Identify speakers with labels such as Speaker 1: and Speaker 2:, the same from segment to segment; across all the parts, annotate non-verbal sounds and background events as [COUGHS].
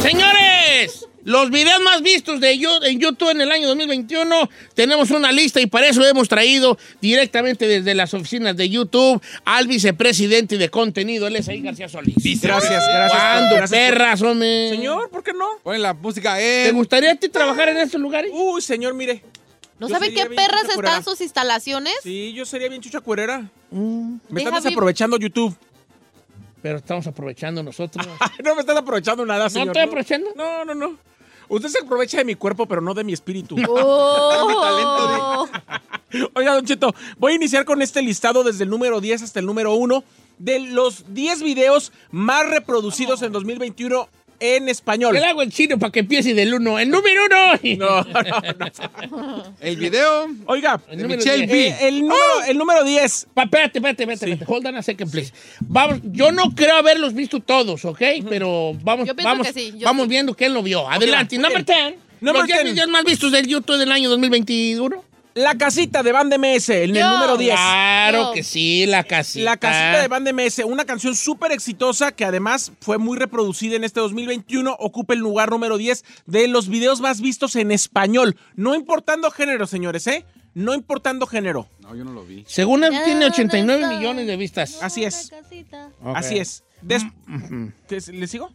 Speaker 1: Señores, los videos más vistos de Yo- en YouTube en el año 2021, tenemos una lista y para eso hemos traído directamente desde las oficinas de YouTube al vicepresidente de contenido, él es ahí García Solís.
Speaker 2: Gracias, gracias.
Speaker 1: ¿Cuándo,
Speaker 2: gracias por-
Speaker 1: perras, hombre?
Speaker 2: Señor, ¿por qué no? Ponen la música.
Speaker 1: ¿Te
Speaker 2: Eh.
Speaker 1: gustaría a ti trabajar en estos lugares?
Speaker 2: Uy, señor, mire.
Speaker 3: ¿No
Speaker 2: Yo
Speaker 3: sabe
Speaker 2: sería
Speaker 3: qué
Speaker 2: bien
Speaker 3: perras
Speaker 2: chucha
Speaker 3: están
Speaker 2: cuerera.
Speaker 3: sus instalaciones?
Speaker 2: Sí, yo sería bien chucha cuerera. Me
Speaker 3: Deja
Speaker 2: están desaprovechando YouTube. [LAUGHS]
Speaker 1: Pero estamos aprovechando [LAUGHS] nosotros.
Speaker 2: no me están aprovechando nada, señor.
Speaker 1: estoy aprovechando?
Speaker 2: No, no, no. Usted se aprovecha de mi cuerpo, pero no de mi espíritu. [LAUGHS]
Speaker 3: Oh.
Speaker 2: Oiga, Don Cheto, voy a iniciar con este listado desde el número 10 hasta el número 1 de los 10 videos más reproducidos en 2021 en español.
Speaker 1: Le hago el chino para que empiece del uno. ¡El número uno! [LAUGHS]
Speaker 2: No, no, no.
Speaker 4: El video
Speaker 2: Oiga,
Speaker 1: El número
Speaker 4: Michelle
Speaker 1: diez.
Speaker 4: B.
Speaker 2: eh, el, número, el número 10.
Speaker 1: Pa- espérate, espérate, espérate, espérate. Hold on a second, please. Vamos, yo no creo haberlos visto todos, ¿ok? Pero vamos,
Speaker 3: Yo pienso
Speaker 1: vamos,
Speaker 3: que sí, yo
Speaker 1: vamos
Speaker 3: sí.
Speaker 1: viendo quién lo vio. Adelante.
Speaker 2: va,
Speaker 1: Number
Speaker 2: ok.
Speaker 1: 10.
Speaker 2: Number
Speaker 1: los 10
Speaker 2: 10.
Speaker 1: videos más vistos del YouTube del año 2021.
Speaker 2: La casita de Band MS, en el
Speaker 3: Yo.
Speaker 2: número 10.
Speaker 1: Claro
Speaker 3: No.
Speaker 1: que sí, la casita.
Speaker 2: La casita de Band MS, una canción súper exitosa que además fue muy reproducida en este 2021, ocupa el lugar número 10 de los videos más vistos en español, no importando género, señores, ¿eh? No importando género.
Speaker 1: Según él,
Speaker 3: Ya
Speaker 1: tiene
Speaker 3: no
Speaker 1: 89
Speaker 3: está.
Speaker 1: millones de vistas.
Speaker 2: Así es, así es. Des- ¿Qué es? ¿Le sigo?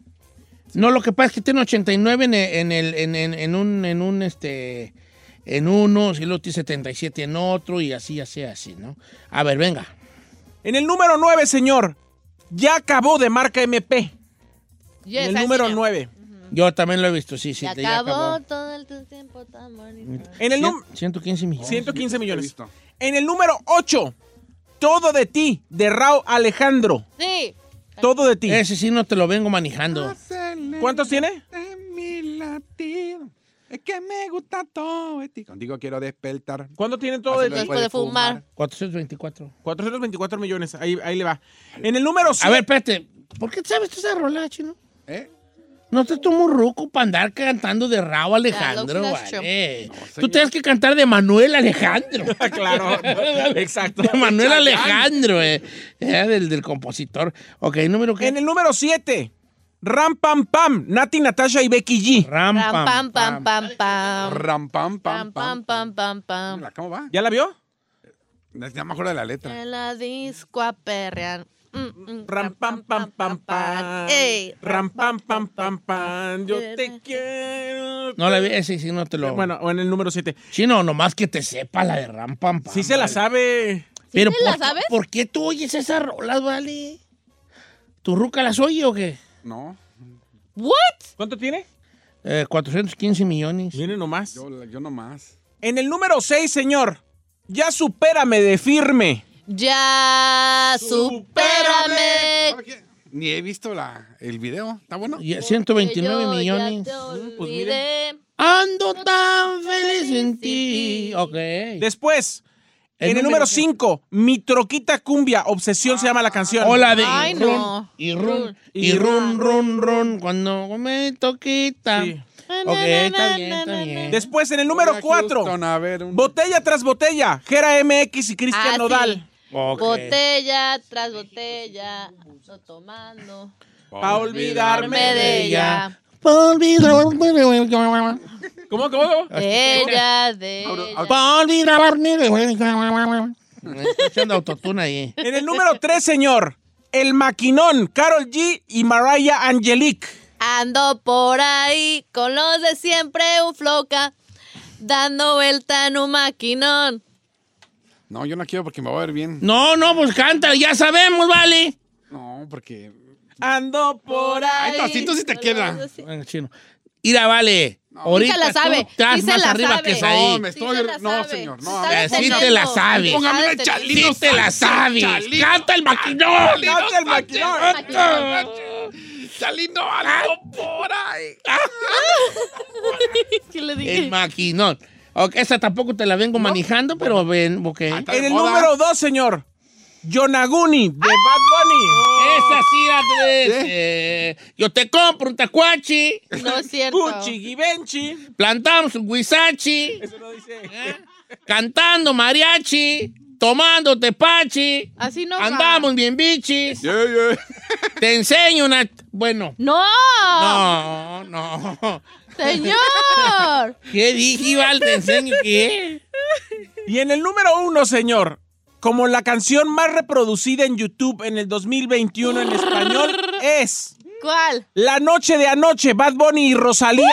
Speaker 1: No, lo que pasa es que tiene 89 en, e- en el, en, en- en un, en un, este, en uno, y luego tiene 77 en otro, y así, así, así, ¿no? A ver, venga.
Speaker 2: En el número 9, señor, ya acabó de marca MP.
Speaker 3: Yes,
Speaker 2: en el
Speaker 3: así
Speaker 2: número
Speaker 3: no.
Speaker 2: 9.
Speaker 1: Yo también lo he visto, sí, sí.
Speaker 3: Se
Speaker 1: te- ya
Speaker 3: acabó, todo el tu tiempo tan bonito.
Speaker 2: En el número...
Speaker 1: Cien- 115 millones.
Speaker 2: 115 millones. En el número 8, Todo de ti, de Rao Alejandro.
Speaker 3: Sí.
Speaker 2: Todo de ti.
Speaker 1: Ese sí no te lo vengo manejando.
Speaker 2: ¿Cuántos tiene?
Speaker 4: mi latido. Es que me gusta todo de ti. Contigo quiero despertar.
Speaker 2: ¿Cuánto tiene todo de
Speaker 4: Así
Speaker 2: ti?
Speaker 3: Después de fumar.
Speaker 1: 424.
Speaker 2: 424 millones. Ahí, ahí le va. En el número 7.
Speaker 1: A ver, espérate. ¿Por qué sabes tú esa rola, chino?
Speaker 4: ¿Eh?
Speaker 1: No te tomo ruco para andar cantando de Raúl Alejandro,
Speaker 3: lo que has
Speaker 1: vale. Tú tienes que cantar de Manuel Alejandro.
Speaker 2: claro. [LAUGHS] Exacto.
Speaker 1: De Manuel
Speaker 2: Chayán.
Speaker 1: Alejandro, eh. Eh, del, del compositor. Ok, número que.
Speaker 2: En el número 7. Ram Pam Pam, Nati, Natasha y Becky G.
Speaker 1: Ram,
Speaker 3: Ram, pam, pam, pam, pam.
Speaker 4: Ram, pam,
Speaker 3: Pam,
Speaker 4: pam,
Speaker 3: pam, pam, pam, pam.
Speaker 4: Mira, ¿Cómo va?
Speaker 2: ¿Ya la vio?
Speaker 4: Ya me acuerdo de la letra.
Speaker 3: En la disco a perrear. Mm, mm,
Speaker 2: Ram Pam Pam Pam Pam.
Speaker 3: Ey.
Speaker 2: Ram Pam Pam Pam Pam. Yo te quiero.
Speaker 1: No la vi, ese sí no te lo.
Speaker 2: Bueno, o en el número 7.
Speaker 1: Chino, nomás que te sepa la de Ram Pam Pam.
Speaker 2: Sí se la
Speaker 1: vale.
Speaker 2: sabe.
Speaker 1: Pero
Speaker 3: te
Speaker 1: ¿por,
Speaker 3: la
Speaker 1: qué-
Speaker 3: sabes?
Speaker 1: ¿Por qué tú oyes esas rolas, vale? ¿Tu ruca las oye o qué?
Speaker 4: No,
Speaker 3: What?
Speaker 2: ¿Cuánto tiene?
Speaker 1: Eh, 415 millones.
Speaker 2: Miren nomás.
Speaker 4: yo, yo nomás.
Speaker 2: En el número 6, señor. Ya supérame de firme.
Speaker 3: Ya, supérame.
Speaker 4: ¿Sabe qué? Ni he visto la, el video. ¿Está bueno?
Speaker 1: Y- 129
Speaker 3: Yo ya
Speaker 1: millones.
Speaker 3: te olvidé.
Speaker 1: Ando tan feliz en ti. Ok.
Speaker 2: Después,
Speaker 1: El
Speaker 2: en el número
Speaker 1: número
Speaker 2: 5, Mi Troquita Cumbia, Obsesión se llama la canción.
Speaker 1: Hola de
Speaker 3: Ay,
Speaker 1: y
Speaker 3: no.
Speaker 1: run, y run,
Speaker 3: Run.
Speaker 1: y
Speaker 2: Y
Speaker 1: run, run, run, cuando me toquita.
Speaker 2: Sí.
Speaker 1: Ok, está bien, está bien.
Speaker 2: Después, en el número
Speaker 4: Mira,
Speaker 2: 4,
Speaker 4: Houston, a ver, un-
Speaker 2: Botella tras Botella, Gera MX y Cristian
Speaker 3: Ah,
Speaker 2: Nodal.
Speaker 3: sí.
Speaker 1: Ok.
Speaker 3: Botella tras botella, ando tomando.
Speaker 2: Pa' olvidarme de ella.
Speaker 1: Pa' olvidarme de- Pues
Speaker 2: ¿Cómo, cómo?
Speaker 3: De ella, de ella.
Speaker 1: pa' olvidarme de- Está echando autotune ahí.
Speaker 2: En el número 3, señor, el maquinón, Carol G y Mariah Angelique.
Speaker 3: Ando por ahí con los de siempre, un floca, dando vuelta en un maquinón.
Speaker 4: No, yo no quiero porque me va a ver bien.
Speaker 1: No, no, pues cántala, ya sabemos, vale.
Speaker 4: No, porque.
Speaker 2: Ando por
Speaker 3: Por
Speaker 2: ahí.
Speaker 3: ahí.
Speaker 4: Tocito, sí te
Speaker 3: con
Speaker 4: queda.
Speaker 3: los de sie-
Speaker 1: Bueno, chino. Mira, vale.
Speaker 3: Sí se la sabe,
Speaker 1: tú estás
Speaker 3: sí se
Speaker 1: más
Speaker 3: la
Speaker 1: arriba
Speaker 3: sabe.
Speaker 1: que Saí.
Speaker 4: No, me
Speaker 3: Sí
Speaker 4: estoy.
Speaker 3: se la
Speaker 4: no,
Speaker 3: sabe.
Speaker 4: señor.
Speaker 3: Se
Speaker 4: No,
Speaker 3: sabe
Speaker 4: a ver,
Speaker 1: Sí
Speaker 3: teniendo.
Speaker 1: te la sabes.
Speaker 4: Póngame una
Speaker 3: Sabe
Speaker 1: Sí
Speaker 4: chalino.
Speaker 1: te la sabes.
Speaker 4: Chalino.
Speaker 1: Canta el maquinón.
Speaker 2: Canta el maquinón.
Speaker 4: Chalino, algo por ahí.
Speaker 3: ¿Qué le dije?
Speaker 1: Ah, El maquinón. Ok, esa tampoco te la vengo manejando, pero ven, ok.
Speaker 4: Está de
Speaker 2: En el
Speaker 4: moda.
Speaker 2: número 2, señor, Yonaguni de Bad Bunny.
Speaker 1: Esa sí, Andrés. Eh, yo te compro un tacuachi,
Speaker 3: No es cierto.
Speaker 2: Gucci, Givenchy.
Speaker 1: plantamos un guisachi, ¿eh?
Speaker 2: Eso no dice.
Speaker 1: cantando mariachi, tomando tepachi,
Speaker 3: Así no. va.
Speaker 1: andamos bien bichis,
Speaker 4: Yeah, yeah. [LAUGHS]
Speaker 1: te enseño una... Bueno,
Speaker 3: ¡No!
Speaker 1: no, no.
Speaker 3: ¡Señor!
Speaker 1: ¿Qué dije, Val? ¿Te enseño qué?
Speaker 2: Y en el número 1, señor, como la canción más reproducida en YouTube en el 2021 en español es
Speaker 3: ¿Cuál?
Speaker 2: La Noche de Anoche, Bad Bunny y
Speaker 4: [LAUGHS]
Speaker 2: Rosalía.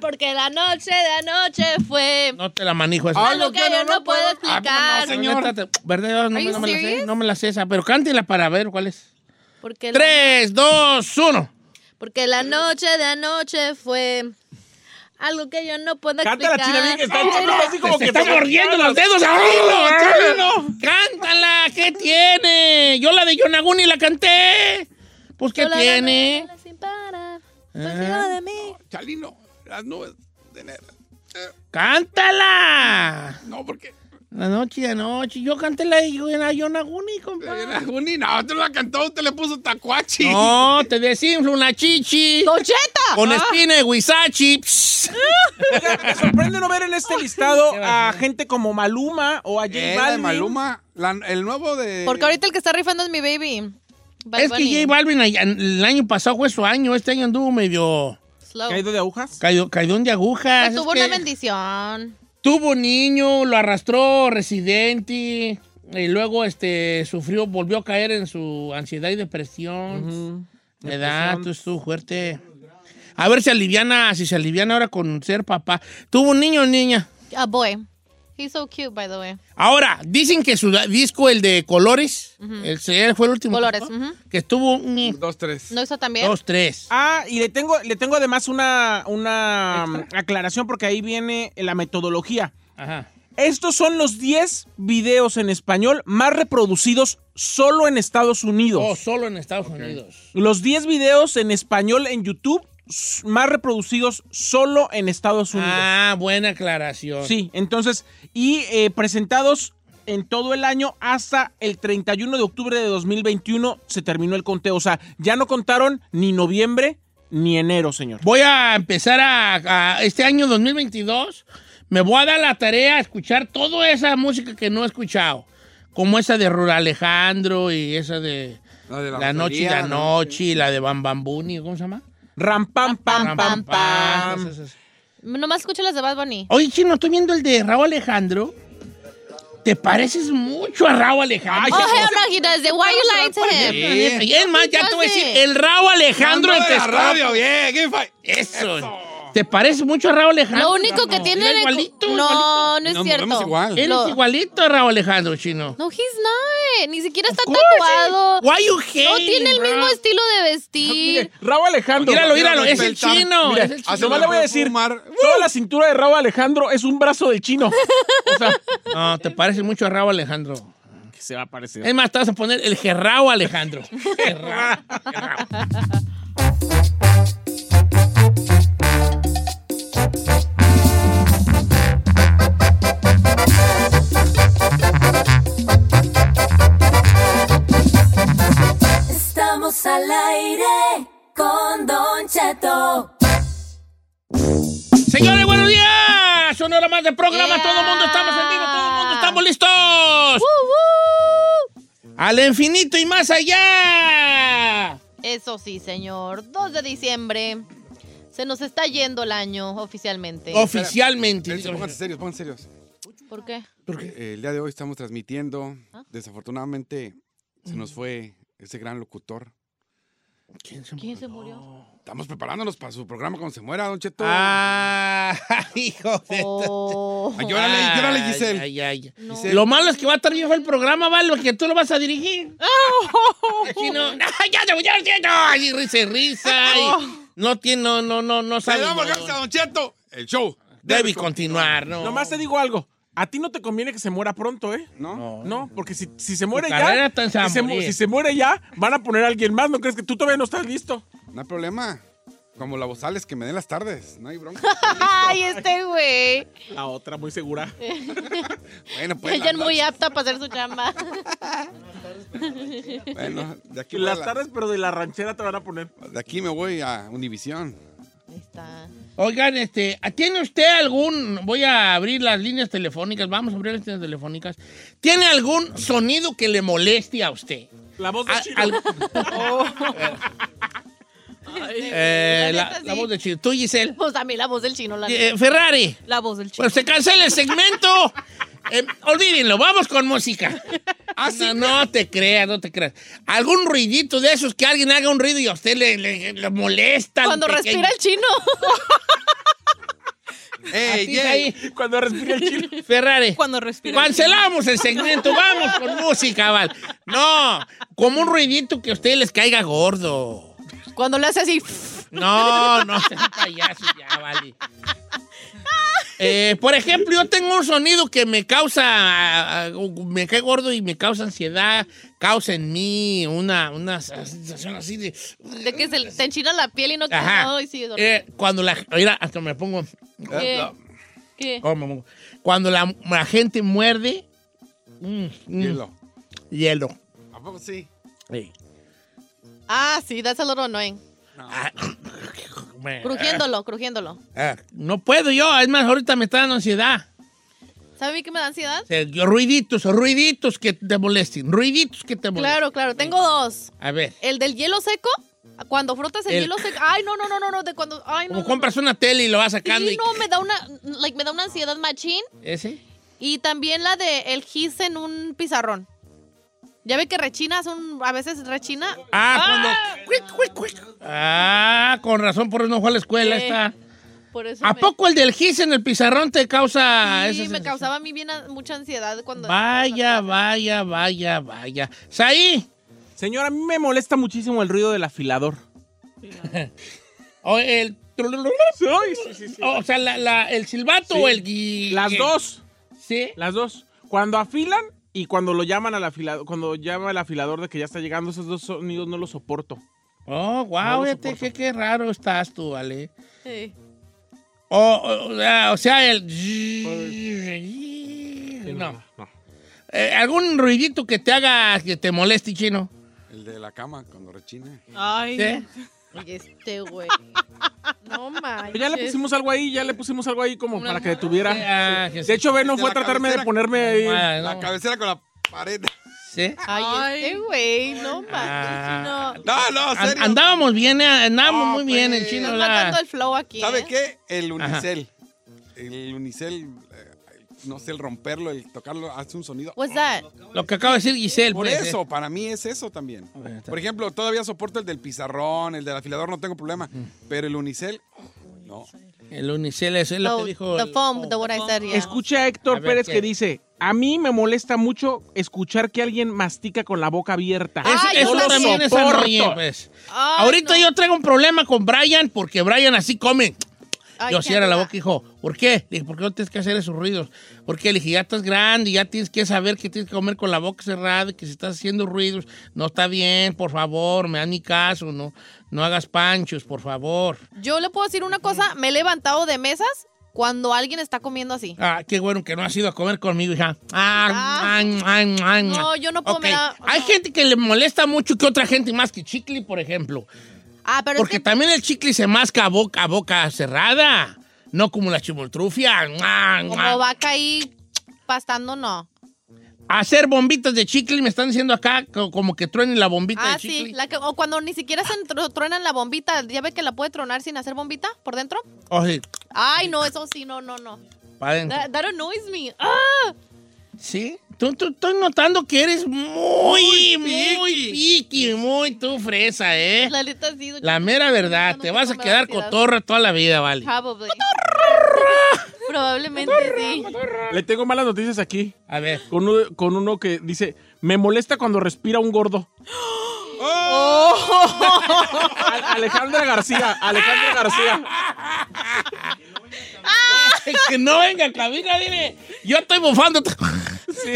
Speaker 3: Porque la noche de anoche fue
Speaker 1: No te la manejo esa.
Speaker 3: algo que yo no puedo explicar.
Speaker 1: Neta, te- ¿Verdad? No,
Speaker 3: Are
Speaker 1: me-
Speaker 3: you
Speaker 1: no me la sé,
Speaker 3: serious?
Speaker 1: no me la sé esa, pero cántela para ver cuál es.
Speaker 3: Porque la-
Speaker 1: Tres, dos, uno.
Speaker 3: Porque la noche de anoche fue algo que yo no puedo
Speaker 2: Cántala,
Speaker 3: explicar.
Speaker 2: china, bien que está chino, así como
Speaker 1: Se
Speaker 2: que
Speaker 1: está mordiendo los dedos. ¡Ah!
Speaker 2: Chalino,
Speaker 1: ¡Cántala! ¿Qué tiene? Yo la de Yonaguni la canté. Pues, ¿qué
Speaker 3: Sola la
Speaker 1: tiene?
Speaker 3: novela sin parar, consigo de mí.
Speaker 4: Chalino, las nubes de negras.
Speaker 1: ¡Cántala!
Speaker 4: No, porque.
Speaker 1: La noche de noche. Yo canté la de Yon- la Yonaguni, compadre.
Speaker 4: Juni, no, usted la cantó, usted le puso tacuachi.
Speaker 1: No, te desinflo una chichi.
Speaker 3: ¡Don Cheto!
Speaker 1: Con este- espina de guisachi. Psst.
Speaker 2: Oiga, Me sorprende no ver en este listado a gente como Maluma o a J
Speaker 4: Eh, la de
Speaker 2: Balvin.
Speaker 4: Maluma, la- el nuevo de.
Speaker 3: Porque ahorita el que está rifando es mi baby. Bad
Speaker 1: Es que
Speaker 3: Bunny.
Speaker 1: J Balvin ay- el año pasado fue su año. Este año anduvo medio
Speaker 3: Slow.
Speaker 2: ¿Caído de agujas?
Speaker 1: cayó, caidón de agujas.
Speaker 3: Pues
Speaker 1: Es
Speaker 3: tuvo una
Speaker 1: que-
Speaker 3: bendición.
Speaker 1: Tuvo un niño, lo arrastró residente y luego este sufrió, volvió a caer en su ansiedad y depresión. Edad, tú estuvo fuerte. A ver si aliviana, si se aliviana ahora con ser papá. Tuvo un niño, niña.
Speaker 3: A boy. He's so cute, by the way.
Speaker 1: Ahora, dicen que su da- disco, el de Colores, el se- fue el último.
Speaker 3: Colores,
Speaker 1: disco,
Speaker 3: ujú.
Speaker 1: Que estuvo un,
Speaker 4: Dos, tres.
Speaker 3: ¿No hizo también?
Speaker 1: dos, tres.
Speaker 2: Ah, y le tengo, le tengo además una, una um, aclaración porque ahí viene la metodología.
Speaker 1: Ajá.
Speaker 2: Estos son los 10 videos en español más reproducidos solo en Estados Unidos.
Speaker 1: Oh, solo en Estados Unidos.
Speaker 2: Los 10 videos en español en YouTube s- más reproducidos solo en Estados Unidos.
Speaker 1: Ah, buena aclaración.
Speaker 2: Sí, entonces, y eh, presentados en todo el año hasta el 31 de octubre de 2021 se terminó el conteo. O sea, ya no contaron ni noviembre ni enero, señor.
Speaker 1: Voy a empezar a, a- este año 2022. Me voy a dar la tarea a escuchar toda esa música que no he escuchado. Como esa de Rural Alejandro y esa de
Speaker 4: La de la
Speaker 1: La Noche y
Speaker 4: Rosalía,
Speaker 1: la
Speaker 4: ¿no?
Speaker 1: Noche y la de Bam Bam Buni, ¿cómo se llama?
Speaker 2: Ram, pam, pam,
Speaker 1: Ram,
Speaker 2: pam,
Speaker 1: pam,
Speaker 2: pam.
Speaker 1: esas, esas.
Speaker 3: Nomás escucha las de Bad Bunny.
Speaker 1: Oye, chino, estoy viendo el de Raúl Alejandro. Te pareces mucho a Raúl Alejandro.
Speaker 3: Oh, hell no, he does it. Why you lying to
Speaker 1: Sí,
Speaker 3: him?
Speaker 1: y es más, ya te voy a decir,
Speaker 3: Entonces.
Speaker 1: el Raúl Alejandro en
Speaker 4: de la
Speaker 1: Texcoco.
Speaker 4: radio, bien, ¿qué fue?
Speaker 1: Eso. ¿Te parece mucho a Raúl Alejandro?
Speaker 3: Lo único que
Speaker 1: No,
Speaker 3: tiene...
Speaker 1: era
Speaker 3: de-
Speaker 1: igualito, igualito.
Speaker 3: no, no es
Speaker 4: Nos movemos
Speaker 3: cierto.
Speaker 4: igual.
Speaker 1: Eres
Speaker 3: Lo-
Speaker 1: igualito a Raúl Alejandro, chino.
Speaker 3: No, he's not. Ni siquiera está
Speaker 1: Of course,
Speaker 3: tatuado.
Speaker 1: eh. Why you
Speaker 3: No
Speaker 1: hating,
Speaker 3: tiene el
Speaker 1: bro?
Speaker 3: mismo estilo de
Speaker 2: Mire,
Speaker 1: [LAUGHS]
Speaker 3: vestir.
Speaker 2: Raúl Alejandro.
Speaker 1: Míralo, míralo,
Speaker 4: Mira,
Speaker 1: es el
Speaker 4: despertar.
Speaker 1: chino.
Speaker 2: Mira,
Speaker 1: es el
Speaker 2: a
Speaker 1: chino.
Speaker 2: Tomás le voy a decir,
Speaker 4: Fumar.
Speaker 2: toda la cintura de Raúl Alejandro es un brazo del chino. O sea,
Speaker 1: No, te parece mucho a Raúl Alejandro.
Speaker 2: que se va a parecer.
Speaker 1: Es más, te vas a poner el
Speaker 3: [LAUGHS]
Speaker 1: Gerrao Alejandro. Gerrao.
Speaker 5: Estamos al aire con Don Cheto.
Speaker 1: Señores, buenos días. Una hora más de programa.
Speaker 3: Yeah.
Speaker 1: Todo el mundo estamos en vivo. Todo el mundo estamos listos. Al infinito y más allá.
Speaker 3: Eso sí, señor. 2 de diciembre. Se nos está yendo el año oficialmente.
Speaker 1: Oficialmente.
Speaker 4: Pónganse serios, pónganse serios.
Speaker 3: ¿Por qué?
Speaker 4: Eh, El día de hoy estamos transmitiendo. Desafortunadamente se nos fue ese gran locutor.
Speaker 1: ¿Quién se
Speaker 3: ¿Quién se
Speaker 1: [LAUGHS]
Speaker 3: murió?
Speaker 4: Estamos preparándonos para su programa cuando se muera, Don Cheto.
Speaker 1: Ah, [LAUGHS] hijo de...
Speaker 3: Oh.
Speaker 4: Ay, llórale, llórale, Giselle.
Speaker 1: Ay, ay, ay.
Speaker 3: No.
Speaker 1: Lo malo es que va a estar bien feo el programa, ¿vale? Porque tú lo vas a dirigir. Así no. ¡Ay, ya, ya, ya, ya! Ay, risa y risa. y no tiene, no, no, no, no sabe.
Speaker 4: Le damos
Speaker 1: no,
Speaker 4: gracias a Don Cheto. El show.
Speaker 1: Debe continuar, ¿no?
Speaker 2: Nomás te digo algo. A ti no te conviene que se muera pronto, ¿eh?
Speaker 4: ¿No?
Speaker 2: No, porque si, si se muere
Speaker 1: Tu carrera
Speaker 2: ya.
Speaker 1: está en
Speaker 2: Si se, mu-
Speaker 1: morir.
Speaker 2: si se muere ya, van a poner a alguien más. ¿No crees que tú todavía no estás listo?
Speaker 4: No hay problema. Como la bozales que me den las tardes. No hay [LAUGHS] bronca.
Speaker 3: [LAUGHS] Ay, este güey.
Speaker 2: La otra, muy segura.
Speaker 4: Bueno, pues.
Speaker 3: Ella es
Speaker 4: las-
Speaker 3: muy apta para hacer su chamba. [LAUGHS]
Speaker 4: Bueno, de aquí, voy a
Speaker 2: Las
Speaker 4: la-
Speaker 2: tardes, pero de la ranchera te van a poner.
Speaker 4: de aquí me voy a Univisión.
Speaker 3: Ahí está.
Speaker 1: Oigan, este, ¿tiene usted algún, voy a abrir las líneas telefónicas, vamos a abrir las líneas telefónicas, ¿tiene algún sonido que le moleste a usted?
Speaker 2: La voz de
Speaker 1: A-
Speaker 2: Chino.
Speaker 1: al- [LAUGHS] Eh, la, la voz de Chino. Tú, Giselle.
Speaker 3: Pues a mí la voz del chino, la
Speaker 1: Eh, Ferrari.
Speaker 3: La voz del chino.
Speaker 1: Pues se cancela el segmento. Eh, olvídenlo, vamos con música. no, no te creas, no te creas. Algún ruidito de esos que alguien haga un ruido y a usted le, le- le molesta.
Speaker 3: Cuando
Speaker 1: pequeño.
Speaker 3: respira el
Speaker 1: [LAUGHS]
Speaker 3: chino.
Speaker 1: A
Speaker 4: ¡Ey,
Speaker 1: ti,
Speaker 4: ey!
Speaker 1: ahí,
Speaker 2: Cuando respira el chino. [LAUGHS]
Speaker 1: Ferrari.
Speaker 6: Cuando respira.
Speaker 1: Cancelamos el segmento, vamos con música, Val. No, como un ruidito que a usted les caiga gordo.
Speaker 3: Cuando le hace así. [LAUGHS]
Speaker 1: No, [LAUGHS] no, seas payaso ya, vale. Eh, por ejemplo, yo tengo un sonido que me causa, ah, ah, me cae gordo y me causa ansiedad, causa en mí una, una sensación así de...
Speaker 3: De que se le- te enchina la piel y no
Speaker 1: Ajá.
Speaker 3: Ay, sí, es horrible.
Speaker 1: Eh, cuando la... Mira, hasta me pongo...
Speaker 3: ¿Qué? ¿Qué?
Speaker 1: ¿cómo me pongo? Cuando la, la gente muerde... mm, mm,
Speaker 4: Hielo.
Speaker 1: hielo.
Speaker 4: ¿A poco sí?
Speaker 1: Sí.
Speaker 3: Ah, sí, that's a little annoying.
Speaker 1: Ah, [COUGHS] me- [LAUGHS]
Speaker 3: Crujiéndolo, crujiéndolo.
Speaker 1: ah, no puedo yo, es más, ahorita me está dando ansiedad.
Speaker 3: ¿Sabe a mí que me da ansiedad?
Speaker 1: O sea, yo- ruiditos, ruiditos que te molesten, ruiditos que te molesten.
Speaker 3: Claro, claro. Tengo dos.
Speaker 1: A ver,
Speaker 3: El del hielo seco. Cuando frotas el,
Speaker 1: El-
Speaker 3: hielo seco. Ay, no, no, no, no, no. De cuando. Ay, no.
Speaker 1: como
Speaker 3: no,
Speaker 1: compras una tele y lo vas
Speaker 3: no.
Speaker 1: sacando.
Speaker 3: Sí,
Speaker 1: y-
Speaker 3: no, me da una. Like, me da una ansiedad machín.
Speaker 1: ¿Ese?
Speaker 3: Y también la de el gis en un pizarrón. Ya ve que rechinas un. A veces rechina.
Speaker 1: Ah, cuando... ¡Cuic, cuic, cuic! Ah, con razón, por eso no fue a la escuela
Speaker 3: Sí.
Speaker 1: esta.
Speaker 3: Por eso.
Speaker 1: ¿A
Speaker 3: me-
Speaker 1: poco Ah, el del gis en el pizarrón te causa
Speaker 3: Sí,
Speaker 1: esa
Speaker 3: me
Speaker 1: sensación?
Speaker 3: causaba a mí bien a- mucha ansiedad cuando.
Speaker 1: Vaya, vaya, vaya, vaya. ¿Saí?
Speaker 2: Señora, a mí me molesta muchísimo el ruido del afilador.
Speaker 1: ¿O el...
Speaker 2: Ay, sí, sí, sí.
Speaker 1: O sea, la- la- el silbato
Speaker 2: Sí.
Speaker 1: o el... gui-
Speaker 2: Las dos.
Speaker 1: ¿Sí?
Speaker 2: Las dos. Cuando afilan y cuando lo llaman al afilador, cuando llama el afilador de que ya está llegando, esos dos sonidos no los soporto.
Speaker 1: Oh, wow,
Speaker 2: No lo
Speaker 1: fíjate, qué,
Speaker 2: soporto.
Speaker 1: qué raro estás tú, Ale.
Speaker 3: Sí.
Speaker 1: O, o- o sea, o sea, el... No. Eh, ¿Algún ruidito que te haga, que te moleste, chino?
Speaker 4: El de la cama cuando rechina.
Speaker 6: Ay.
Speaker 1: ¿Sí?
Speaker 3: Oye, este
Speaker 1: [LAUGHS]
Speaker 3: güey. No manches.
Speaker 2: Pero ya le pusimos algo ahí, ya le pusimos algo ahí como para que detuviera.
Speaker 1: Ah, que
Speaker 2: De hecho, Ben no
Speaker 4: Desde
Speaker 2: fue a
Speaker 4: la
Speaker 2: tratarme de
Speaker 4: cabecera.
Speaker 2: ponerme ahí.
Speaker 1: Ah,
Speaker 4: La
Speaker 1: no.
Speaker 4: cabecera con la pared.
Speaker 1: Sí.
Speaker 3: Ay,
Speaker 6: Ay.
Speaker 3: este güey. No
Speaker 1: Ah.
Speaker 3: manches. No.
Speaker 4: No, no,
Speaker 1: An-
Speaker 4: serio.
Speaker 1: Andábamos bien, eh, andábamos
Speaker 4: No,
Speaker 1: muy bien
Speaker 4: pues.
Speaker 1: en chino.
Speaker 3: Estás
Speaker 1: la-
Speaker 3: matando el flow aquí.
Speaker 4: ¿Sabe
Speaker 3: ¿eh?
Speaker 4: qué? El unicel. El unicel, eh, no sé, el romperlo, el tocarlo, hace un sonido.
Speaker 1: Pues,
Speaker 3: What's that?
Speaker 1: Lo que acaba de decir Giselle.
Speaker 4: Por
Speaker 1: pues,
Speaker 4: eso, para mí es eso también.
Speaker 1: bueno, está
Speaker 4: Por ejemplo, todavía soporto el del pizarrón, el del afilador, no tengo problema. Pero el unicel, no.
Speaker 1: eh, El unicel, eso es lo
Speaker 3: No,
Speaker 1: que dijo.
Speaker 3: The
Speaker 1: el-
Speaker 3: foam, the what I said, yeah.
Speaker 2: Escuché a Héctor
Speaker 1: A ver,
Speaker 2: Pérez
Speaker 1: ¿qué?
Speaker 2: que dice, a mí me molesta mucho escuchar que alguien mastica con la boca abierta.
Speaker 1: Eso,
Speaker 3: Ay,
Speaker 1: eso
Speaker 3: no lo
Speaker 1: también es
Speaker 2: soporto.
Speaker 1: annoying, pues.
Speaker 3: Ay,
Speaker 1: Ahorita
Speaker 3: no.
Speaker 1: yo traigo un problema con Brian porque Brian así come.
Speaker 3: Ay,
Speaker 1: yo
Speaker 3: qué
Speaker 1: cierra la
Speaker 3: ansiedad.
Speaker 1: boca, hijo. ¿Por qué? Le dije, ¿por qué no tienes que hacer esos ruidos? Porque le dije, ya estás grande, ya tienes que saber que tienes que comer con la boca cerrada, que si estás haciendo ruidos, no está bien, por favor, me haz mi caso, no, no hagas panchos, por favor.
Speaker 3: Yo le puedo decir una cosa, me he levantado de mesas cuando alguien está comiendo así.
Speaker 1: Ah, qué bueno que no has ido a comer conmigo, hija. Ah,
Speaker 3: Ah.
Speaker 1: ay, ay, ay,
Speaker 3: No,
Speaker 1: ay.
Speaker 3: yo no puedo,
Speaker 1: Ok.
Speaker 3: me da-
Speaker 1: Hay
Speaker 3: no.
Speaker 1: gente que le molesta mucho que otra gente más que chicle, por ejemplo.
Speaker 3: Ah, pero
Speaker 1: Porque
Speaker 3: es que
Speaker 1: también el chicle se masca a boca, a boca cerrada. No como la chimoltrufia. Ah, ah.
Speaker 3: como vaca ahí pastando, no.
Speaker 1: Hacer bombitas de chicle, me están diciendo acá co- como que truenen la bombita
Speaker 3: Ah,
Speaker 1: de chicle.
Speaker 3: sí, la que- o cuando ni siquiera se entro- truenan la bombita, ya ve que la puede tronar sin hacer bombita por dentro.
Speaker 1: O sea,
Speaker 3: Ay, no, eso sí, no, no, no.
Speaker 1: Para Oh, adentro.
Speaker 3: That, that annoys me. ¡Ah!
Speaker 1: Sí. Tú, tú- estoy notando que eres muy,
Speaker 2: Muy
Speaker 1: muy piqui, muy tú fresa, ¿eh?
Speaker 3: La neta sí.
Speaker 1: La mera verdad,
Speaker 3: No
Speaker 1: te
Speaker 3: sé
Speaker 1: vas a
Speaker 3: cómo
Speaker 1: quedar
Speaker 3: me va a tirar.
Speaker 1: cotorra toda la vida, vale.
Speaker 3: Probably. Probablemente sí.
Speaker 2: Le tengo malas noticias aquí.
Speaker 1: A ver. [LAUGHS]
Speaker 2: Con uno, con uno que dice, me molesta cuando respira un gordo.
Speaker 1: ¡Oh!
Speaker 2: Al- Alejandra García, Alejandra García.
Speaker 1: que no venga a cabina, dile. Yo estoy bufando.
Speaker 2: Sí.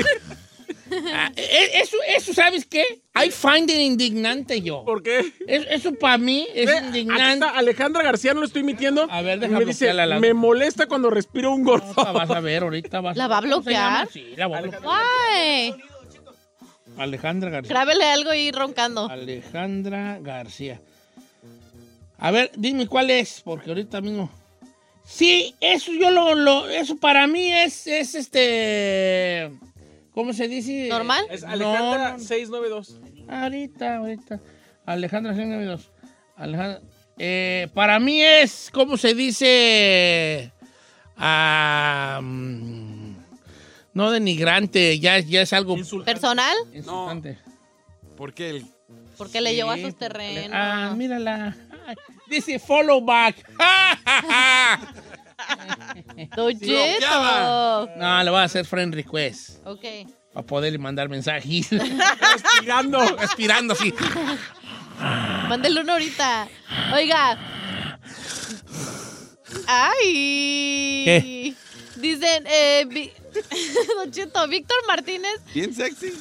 Speaker 1: Ah, e- eso, eso, ¿sabes qué? I find it indignante yo.
Speaker 2: ¿Por qué?
Speaker 1: Es- Eso, para mí es
Speaker 2: Ve, aquí
Speaker 1: indignante.
Speaker 2: está Alejandra García, no lo estoy mintiendo.
Speaker 1: A ver, deja
Speaker 2: Me dice,
Speaker 1: bloquearla, la-
Speaker 2: me molesta cuando respiro un gordo.
Speaker 1: Ahorita Ah, vas a ver, ahorita vas
Speaker 3: ¿La va a
Speaker 1: ¿Cómo se llama?
Speaker 3: bloquear?
Speaker 1: Sí, la va a bloquear.
Speaker 3: Why?
Speaker 1: Alejandra García.
Speaker 3: Grábele algo y roncando.
Speaker 1: Alejandra García. A ver, dime cuál es, porque ahorita mismo. Sí, eso yo lo, lo- eso para mí es, es este, ¿cómo se dice?
Speaker 3: ¿Normal?
Speaker 2: Es
Speaker 1: No,
Speaker 2: Alejandra
Speaker 1: no,
Speaker 2: 692.
Speaker 1: Ahorita, ahorita. Alejandra 192. Alejandra. eh, para mí es, ¿cómo se dice? Ah, mm, no denigrante, ya, ya es algo
Speaker 3: ¿Personal?
Speaker 1: insultante.
Speaker 4: Porque el
Speaker 3: Porque le llevó a
Speaker 1: Sí,
Speaker 3: sus
Speaker 1: por-
Speaker 3: terrenos.
Speaker 1: Ah, mírala. Ay, Dice follow back. [LAUGHS]
Speaker 3: Doyeto.
Speaker 1: no, le voy a hacer friend request
Speaker 3: Ok.
Speaker 1: para poderle mandar mensajes.
Speaker 2: Respirando.
Speaker 1: Respirando así.
Speaker 3: Mándele uno ahorita. Oiga. Ay.
Speaker 1: ¿Qué?
Speaker 3: Dicen, eh, Vi- [LAUGHS] Don Cheto, Víctor Martínez.
Speaker 4: bien
Speaker 1: [LAUGHS]
Speaker 4: sexy.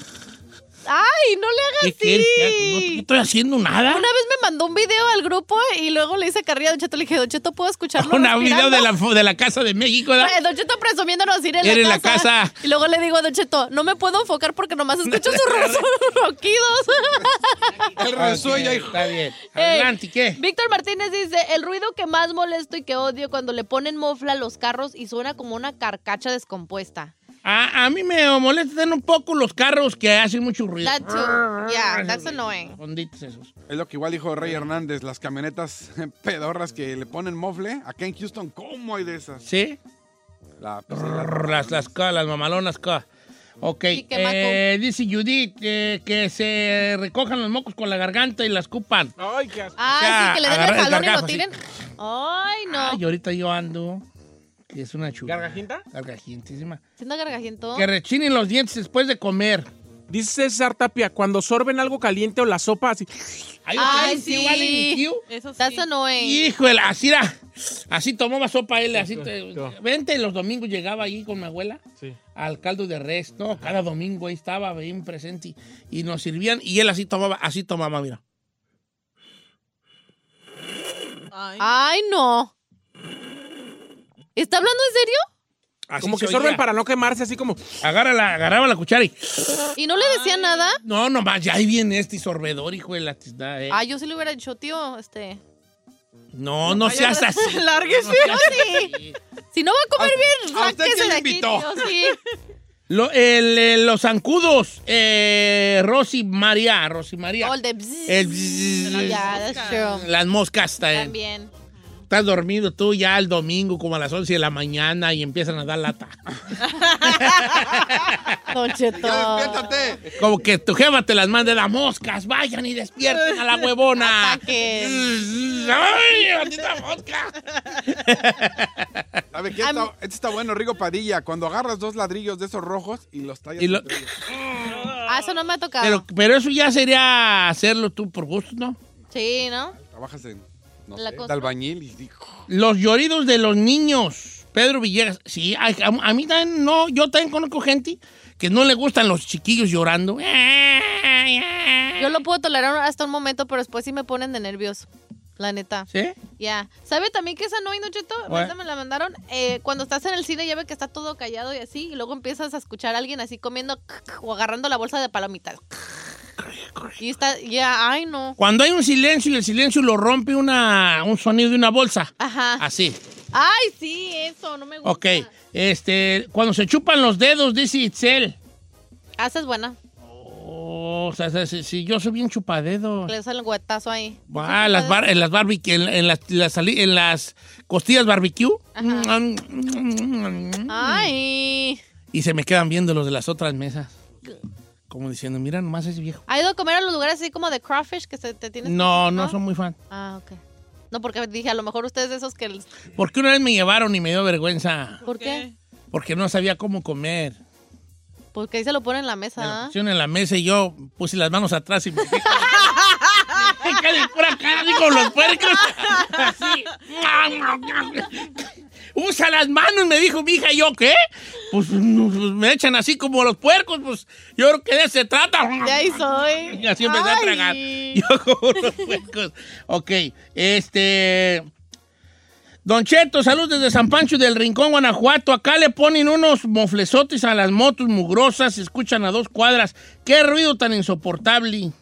Speaker 3: Ay, no le haga
Speaker 1: ¿Qué
Speaker 3: así.
Speaker 1: quieres que haga? No, no estoy haciendo nada.
Speaker 3: Una vez me mandó un video al grupo y luego le hice carrilla a Don Cheto. Le dije, Don Cheto, ¿puedo
Speaker 1: [LAUGHS]
Speaker 3: escucharlo?
Speaker 1: Una video
Speaker 3: respirando?"
Speaker 1: de la, fo- de la Casa de México. ¿verdad?
Speaker 3: Eh, Don Cheto presumiéndonos ir en,
Speaker 1: Ir en la
Speaker 3: la, casa.
Speaker 1: casa.
Speaker 3: Y luego le digo a Don Cheto, no me puedo enfocar porque nomás
Speaker 1: [LAUGHS]
Speaker 3: escucho sus ro- sus ronquidos.
Speaker 4: El
Speaker 1: Ok,
Speaker 4: resuello, hijo.
Speaker 1: Está bien.
Speaker 3: Ey,
Speaker 1: Adelante, ¿y ¿qué?
Speaker 3: Víctor Martínez dice, el ruido que más molesto y que odio cuando le ponen mofla a los carros y suena como una carcacha descompuesta.
Speaker 1: A, a mí me molestan un poco los carros que hacen mucho ruido.
Speaker 3: That too. Yeah, that's
Speaker 1: Esos
Speaker 3: annoying.
Speaker 1: fonditos esos.
Speaker 4: Es lo que igual dijo Rey Hernández, las camionetas [LAUGHS] pedorras que le ponen mofle. Acá en Houston, ¿cómo hay de esas?
Speaker 1: ¿Sí?
Speaker 4: La, pues, la-
Speaker 1: Brr, Las, las, ca- las mamalonas acá. Ok.
Speaker 3: Sí, qué maco.
Speaker 1: eh, dice Judith eh, que se recojan los mocos con la garganta y las cupan.
Speaker 2: Ay, qué asco.
Speaker 3: Ah,
Speaker 1: O sea,
Speaker 3: sí, que le den
Speaker 1: agarrar
Speaker 3: el
Speaker 1: el
Speaker 3: jalón y lo
Speaker 1: gargajo,
Speaker 3: tiren. Ay, no.
Speaker 1: Y ahorita yo ando, que es una chula.
Speaker 2: ¿Gargajinta?
Speaker 1: Gargajientísima.
Speaker 3: Siendo gargajiento.
Speaker 1: Que rechinen los dientes después de comer.
Speaker 2: Dice César Tapia, cuando sorben algo caliente o la sopa, así.
Speaker 1: Hay
Speaker 3: Ay,
Speaker 1: otros que igual en el
Speaker 3: sí.
Speaker 1: Q.
Speaker 3: Eso sí. That's annoying.
Speaker 1: Híjole, así era. Así tomaba sopa él. Así te- vente, los domingos llegaba ahí con mi abuela
Speaker 2: Sí.
Speaker 1: al caldo de res. No, cada domingo ahí estaba bien presente y, y nos sirvían. Y él así tomaba, así tomaba, mira.
Speaker 3: Ay, no. ¿Está hablando en serio?
Speaker 1: Así
Speaker 2: Como que
Speaker 1: se
Speaker 2: sorben
Speaker 1: oía.
Speaker 2: para no quemarse, así como.
Speaker 1: Agarra la, agarraba la cuchara y.
Speaker 3: ¿Y no le decía nada?
Speaker 1: No, nomás, ya ahí viene este sorbedor, hijo de la tiznada, eh.
Speaker 3: Ay, Ah, yo sí le hubiera dicho, tío, este...
Speaker 1: no, no seas así.
Speaker 3: [LAUGHS] Lárguese. Yo sí. Si no va a
Speaker 1: Ah,
Speaker 3: comer bien,
Speaker 4: a usted
Speaker 3: sáquese
Speaker 4: quién
Speaker 3: de
Speaker 4: le
Speaker 3: aquí,
Speaker 4: invitó.
Speaker 3: tío,
Speaker 1: [LAUGHS]
Speaker 3: sí.
Speaker 1: Lo- el, eh, los zancudos, eh, Rosy María, Rosy María.
Speaker 3: O el de...
Speaker 1: El bzzz.
Speaker 3: Ya, that's true.
Speaker 1: Las moscas ta-
Speaker 3: También.
Speaker 1: Estás dormido tú ya el domingo como a las 11 de la mañana y empiezan a dar lata.
Speaker 3: Don Cheto.
Speaker 4: ¡Ya despiértate!
Speaker 1: Como que tu jefa te las mande las moscas. Vayan y despierten a la huevona.
Speaker 3: Ataque.
Speaker 1: [LAUGHS] ¡Ay, maldita mosca!
Speaker 4: A ver, ¿qué está, este está bueno, Rigo Padilla. Cuando agarras dos ladrillos de esos rojos y los tallas.
Speaker 1: Y lo-
Speaker 4: entre ellos.
Speaker 3: Ah, eso no me ha tocado.
Speaker 1: Pero, pero eso ya sería hacerlo tú por gusto, ¿no?
Speaker 3: Sí, ¿no?
Speaker 4: Trabajas en. No
Speaker 3: La
Speaker 4: sé,
Speaker 3: cosa.
Speaker 4: de albañil y dijo.
Speaker 1: Los lloridos de los niños. Pedro Villegas. Sí, a, a- a mí también no. Yo también conozco gente que no le gustan los chiquillos llorando.
Speaker 3: Yo lo puedo tolerar hasta un momento, pero después sí me ponen de nervios. La neta.
Speaker 1: ¿Sí?
Speaker 3: Ya. ¿Sabe también que esa no, Don Cheto? Ahorita me la mandaron. Eh, cuando estás en el cine ya ve que está todo callado y así, y luego empiezas a escuchar a alguien así comiendo o agarrando la bolsa de palomitas. Y está, ya, ay no.
Speaker 1: Cuando hay un silencio y el silencio lo rompe una, un sonido de una bolsa.
Speaker 3: Ajá.
Speaker 1: Así.
Speaker 3: Ay, sí, eso, no me gusta.
Speaker 1: Ah. Ok. Este, cuando se chupan los dedos, dice Itzel.
Speaker 3: Ah, esa es buena.
Speaker 1: Oh, o sea, si, si- si yo soy bien chupadedo.
Speaker 3: Le sale el guetazo ahí.
Speaker 1: Ah, las bar- en las barbecue, en, en las, las ali- en las costillas barbecue. Mm,
Speaker 3: Ay.
Speaker 1: Y se me quedan viendo los de las otras mesas. Como diciendo, mira nomás ese viejo.
Speaker 3: ¿Ha ido a comer a los lugares así como de crawfish que se te tienes que-
Speaker 1: No, no son muy fan.
Speaker 3: Ah, ok. No, porque dije, a lo mejor ustedes de esos que... les-
Speaker 1: Porque una vez me llevaron y me dio vergüenza.
Speaker 3: ¿Por qué?
Speaker 1: Porque no sabía cómo comer.
Speaker 3: Porque ahí se lo ponen en la mesa. ¿ah?
Speaker 1: Pusieron en la mesa y yo puse las manos atrás y me quedé me quedé de pura cara, así como los puercos. Así. Usa las manos, me dijo mi hija. ¿Y yo qué? Pues, no, pues, me echan así como los puercos. Pues yo creo que de eso se trata.
Speaker 3: De ahí soy.
Speaker 1: Y así empecé a
Speaker 3: Ay.
Speaker 1: tragar. Yo
Speaker 3: [LAUGHS]
Speaker 1: como los puercos. Ok, este... Don Cheto, salud desde San Pancho del Rincón, Guanajuato. Acá le ponen unos moflesotes a las motos mugrosas, se escuchan a dos cuadras. ¡Qué ruido tan insoportable!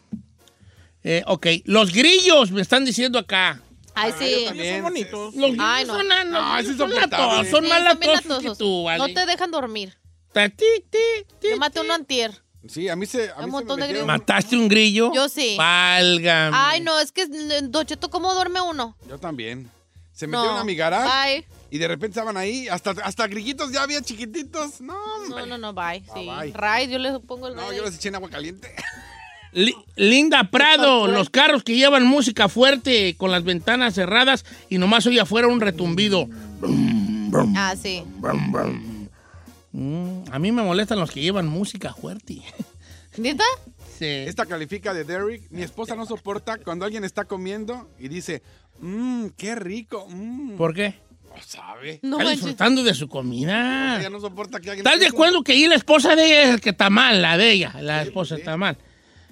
Speaker 1: Eh, ok, los grillos, me están diciendo acá.
Speaker 3: Ay, sí.
Speaker 4: También,
Speaker 2: Son bonitos.
Speaker 1: Los grillos
Speaker 3: Ay, no. Ah,
Speaker 1: son, a- no,
Speaker 4: No, es
Speaker 1: son
Speaker 4: insoportable.
Speaker 1: latosos, son
Speaker 3: Sí,
Speaker 1: más
Speaker 3: son bien
Speaker 1: latosos que
Speaker 3: latosos.
Speaker 1: tú,
Speaker 3: No
Speaker 1: vale.
Speaker 3: te dejan dormir.
Speaker 1: Ta- ti, ti, ti,
Speaker 3: Yo maté
Speaker 1: ti.
Speaker 3: uno antier.
Speaker 4: Sí, a mí se. A
Speaker 3: Un
Speaker 4: mí
Speaker 3: montón de
Speaker 4: se me metieron-
Speaker 3: gringos.
Speaker 1: ¿Mataste un grillo?
Speaker 3: Yo sí.
Speaker 1: Válgame.
Speaker 3: Ay, no, es que, mm, Don Cheto, ¿cómo duerme uno?
Speaker 4: Yo también. Se
Speaker 3: No.
Speaker 4: metieron a mi garage
Speaker 3: Bye.
Speaker 4: y de repente estaban ahí. Hasta, hasta grillitos ya había chiquititos. No,
Speaker 3: No,
Speaker 4: hombre.
Speaker 3: no, no, bye. Sí.
Speaker 4: Ah, bye.
Speaker 3: Raid, yo le pongo el
Speaker 4: No,
Speaker 3: raid
Speaker 4: yo
Speaker 3: ahí.
Speaker 4: los eché en agua caliente.
Speaker 1: Li- Linda Prado, los carros que llevan música fuerte con las ventanas cerradas y nomás oye afuera un retumbido.
Speaker 3: Ah, sí.
Speaker 1: Mm, a mí me molestan los que llevan música fuerte. [LAUGHS]
Speaker 3: ¿Neta?
Speaker 1: Sí.
Speaker 4: Esta califica de Derrick. Mi esposa no soporta cuando alguien está comiendo y dice, mmm, qué rico, mmm.
Speaker 1: ¿Por qué?
Speaker 4: No sabe.
Speaker 3: No
Speaker 1: Está
Speaker 3: manches.
Speaker 1: disfrutando de su comida.
Speaker 4: Ella no soporta que alguien...
Speaker 1: ¿Estás de acuerdo que ahí la esposa de ella es el que está mal? La de ella, la
Speaker 4: Sí, pues
Speaker 1: esposa
Speaker 4: sí.
Speaker 1: está mal.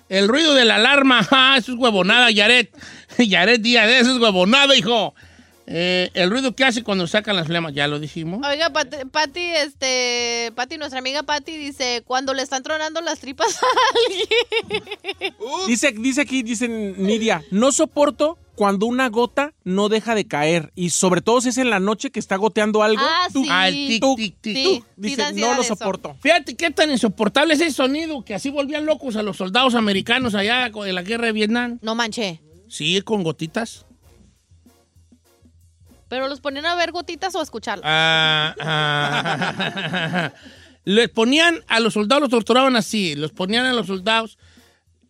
Speaker 1: El ruido de la alarma, [LAUGHS] ah, eso es huevonada, Yaret. [LAUGHS] Yaret Díaz, eso es huevonada, hijo. Eh, el ruido que hace cuando sacan las flemas, ya lo dijimos.
Speaker 3: Oiga, Pat- Pati, este, Pati, nuestra amiga Pati dice, cuando le están tronando las tripas [LAUGHS] a alguien.
Speaker 2: Dice, dice aquí, dice Nidia, no soporto cuando una gota no deja de caer. Y sobre todo si es en la noche que está goteando algo.
Speaker 3: Ah,
Speaker 2: tú,
Speaker 3: sí.
Speaker 1: Ah, el tic,
Speaker 2: tú,
Speaker 1: tic, tic.
Speaker 3: Sí,
Speaker 2: tú. Dice,
Speaker 3: da ansiedad
Speaker 2: no lo
Speaker 3: eso.
Speaker 2: soporto.
Speaker 1: Fíjate qué tan insoportable es ese sonido que así volvían locos a los soldados americanos allá con- en la guerra de Vietnam.
Speaker 3: No manché.
Speaker 1: Sí, con gotitas.
Speaker 3: Pero los ponían a ver gotitas o a escucharlas.
Speaker 1: Ah, ah. [LAUGHS] Les ponían a los soldados, los torturaban así. Los ponían a los soldados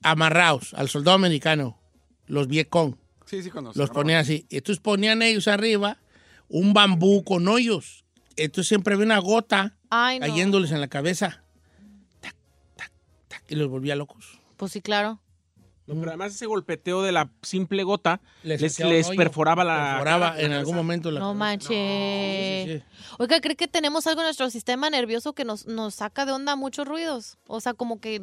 Speaker 1: amarrados, al soldado americano, los viecón.
Speaker 4: Sí, sí, conozco.
Speaker 1: Los ponían así. Entonces ponían ellos arriba un bambú con hoyos. Entonces siempre había una gota
Speaker 3: Ay, no.
Speaker 1: cayéndoles en la cabeza. Tac, tac, tac, y los volvía locos.
Speaker 3: Pues sí, claro.
Speaker 2: No, pero además ese golpeteo de la simple gota les,
Speaker 1: hacía un
Speaker 2: les
Speaker 1: hoyo,
Speaker 2: perforaba la...
Speaker 1: perforaba
Speaker 2: cara,
Speaker 1: en
Speaker 2: la
Speaker 1: algún
Speaker 2: cabeza.
Speaker 1: momento la
Speaker 3: No
Speaker 1: cabeza.
Speaker 3: manche.
Speaker 1: Sí, sí,
Speaker 3: Oiga, ¿cree que tenemos algo en nuestro sistema nervioso que nos, nos saca de onda muchos ruidos? O sea, como que...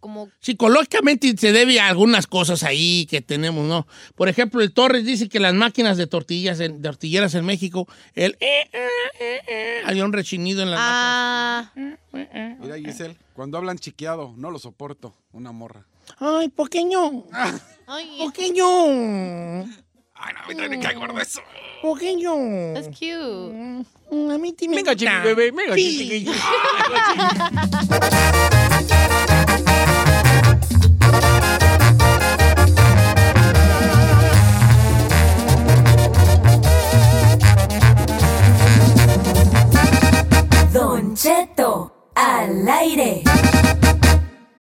Speaker 3: Como...
Speaker 1: Psicológicamente se debe a algunas cosas ahí que tenemos, ¿no? Por ejemplo, el Torres dice que las máquinas de tortillas, en- de tortilleras en México, el... eh, eh, eh, eh, había un rechinido en las
Speaker 3: Ah,
Speaker 4: Mira, Giselle, cuando hablan chiqueado, no lo soporto. Una morra.
Speaker 1: máquinas. Ay, pequeño,
Speaker 3: ay,
Speaker 1: pequeño,
Speaker 4: Ay, no, a mí también me cae gordo eso.
Speaker 1: pequeño.
Speaker 3: that's cute.
Speaker 1: Mm, A mí sí me
Speaker 2: Venga, chiqui
Speaker 1: gusta.
Speaker 2: bebé, venga,
Speaker 1: Sí.
Speaker 2: chiqui.
Speaker 5: Don Cheto al aire.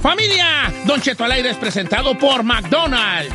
Speaker 1: ¡Familia! Don Cheto al aire es presentado por McDonald's.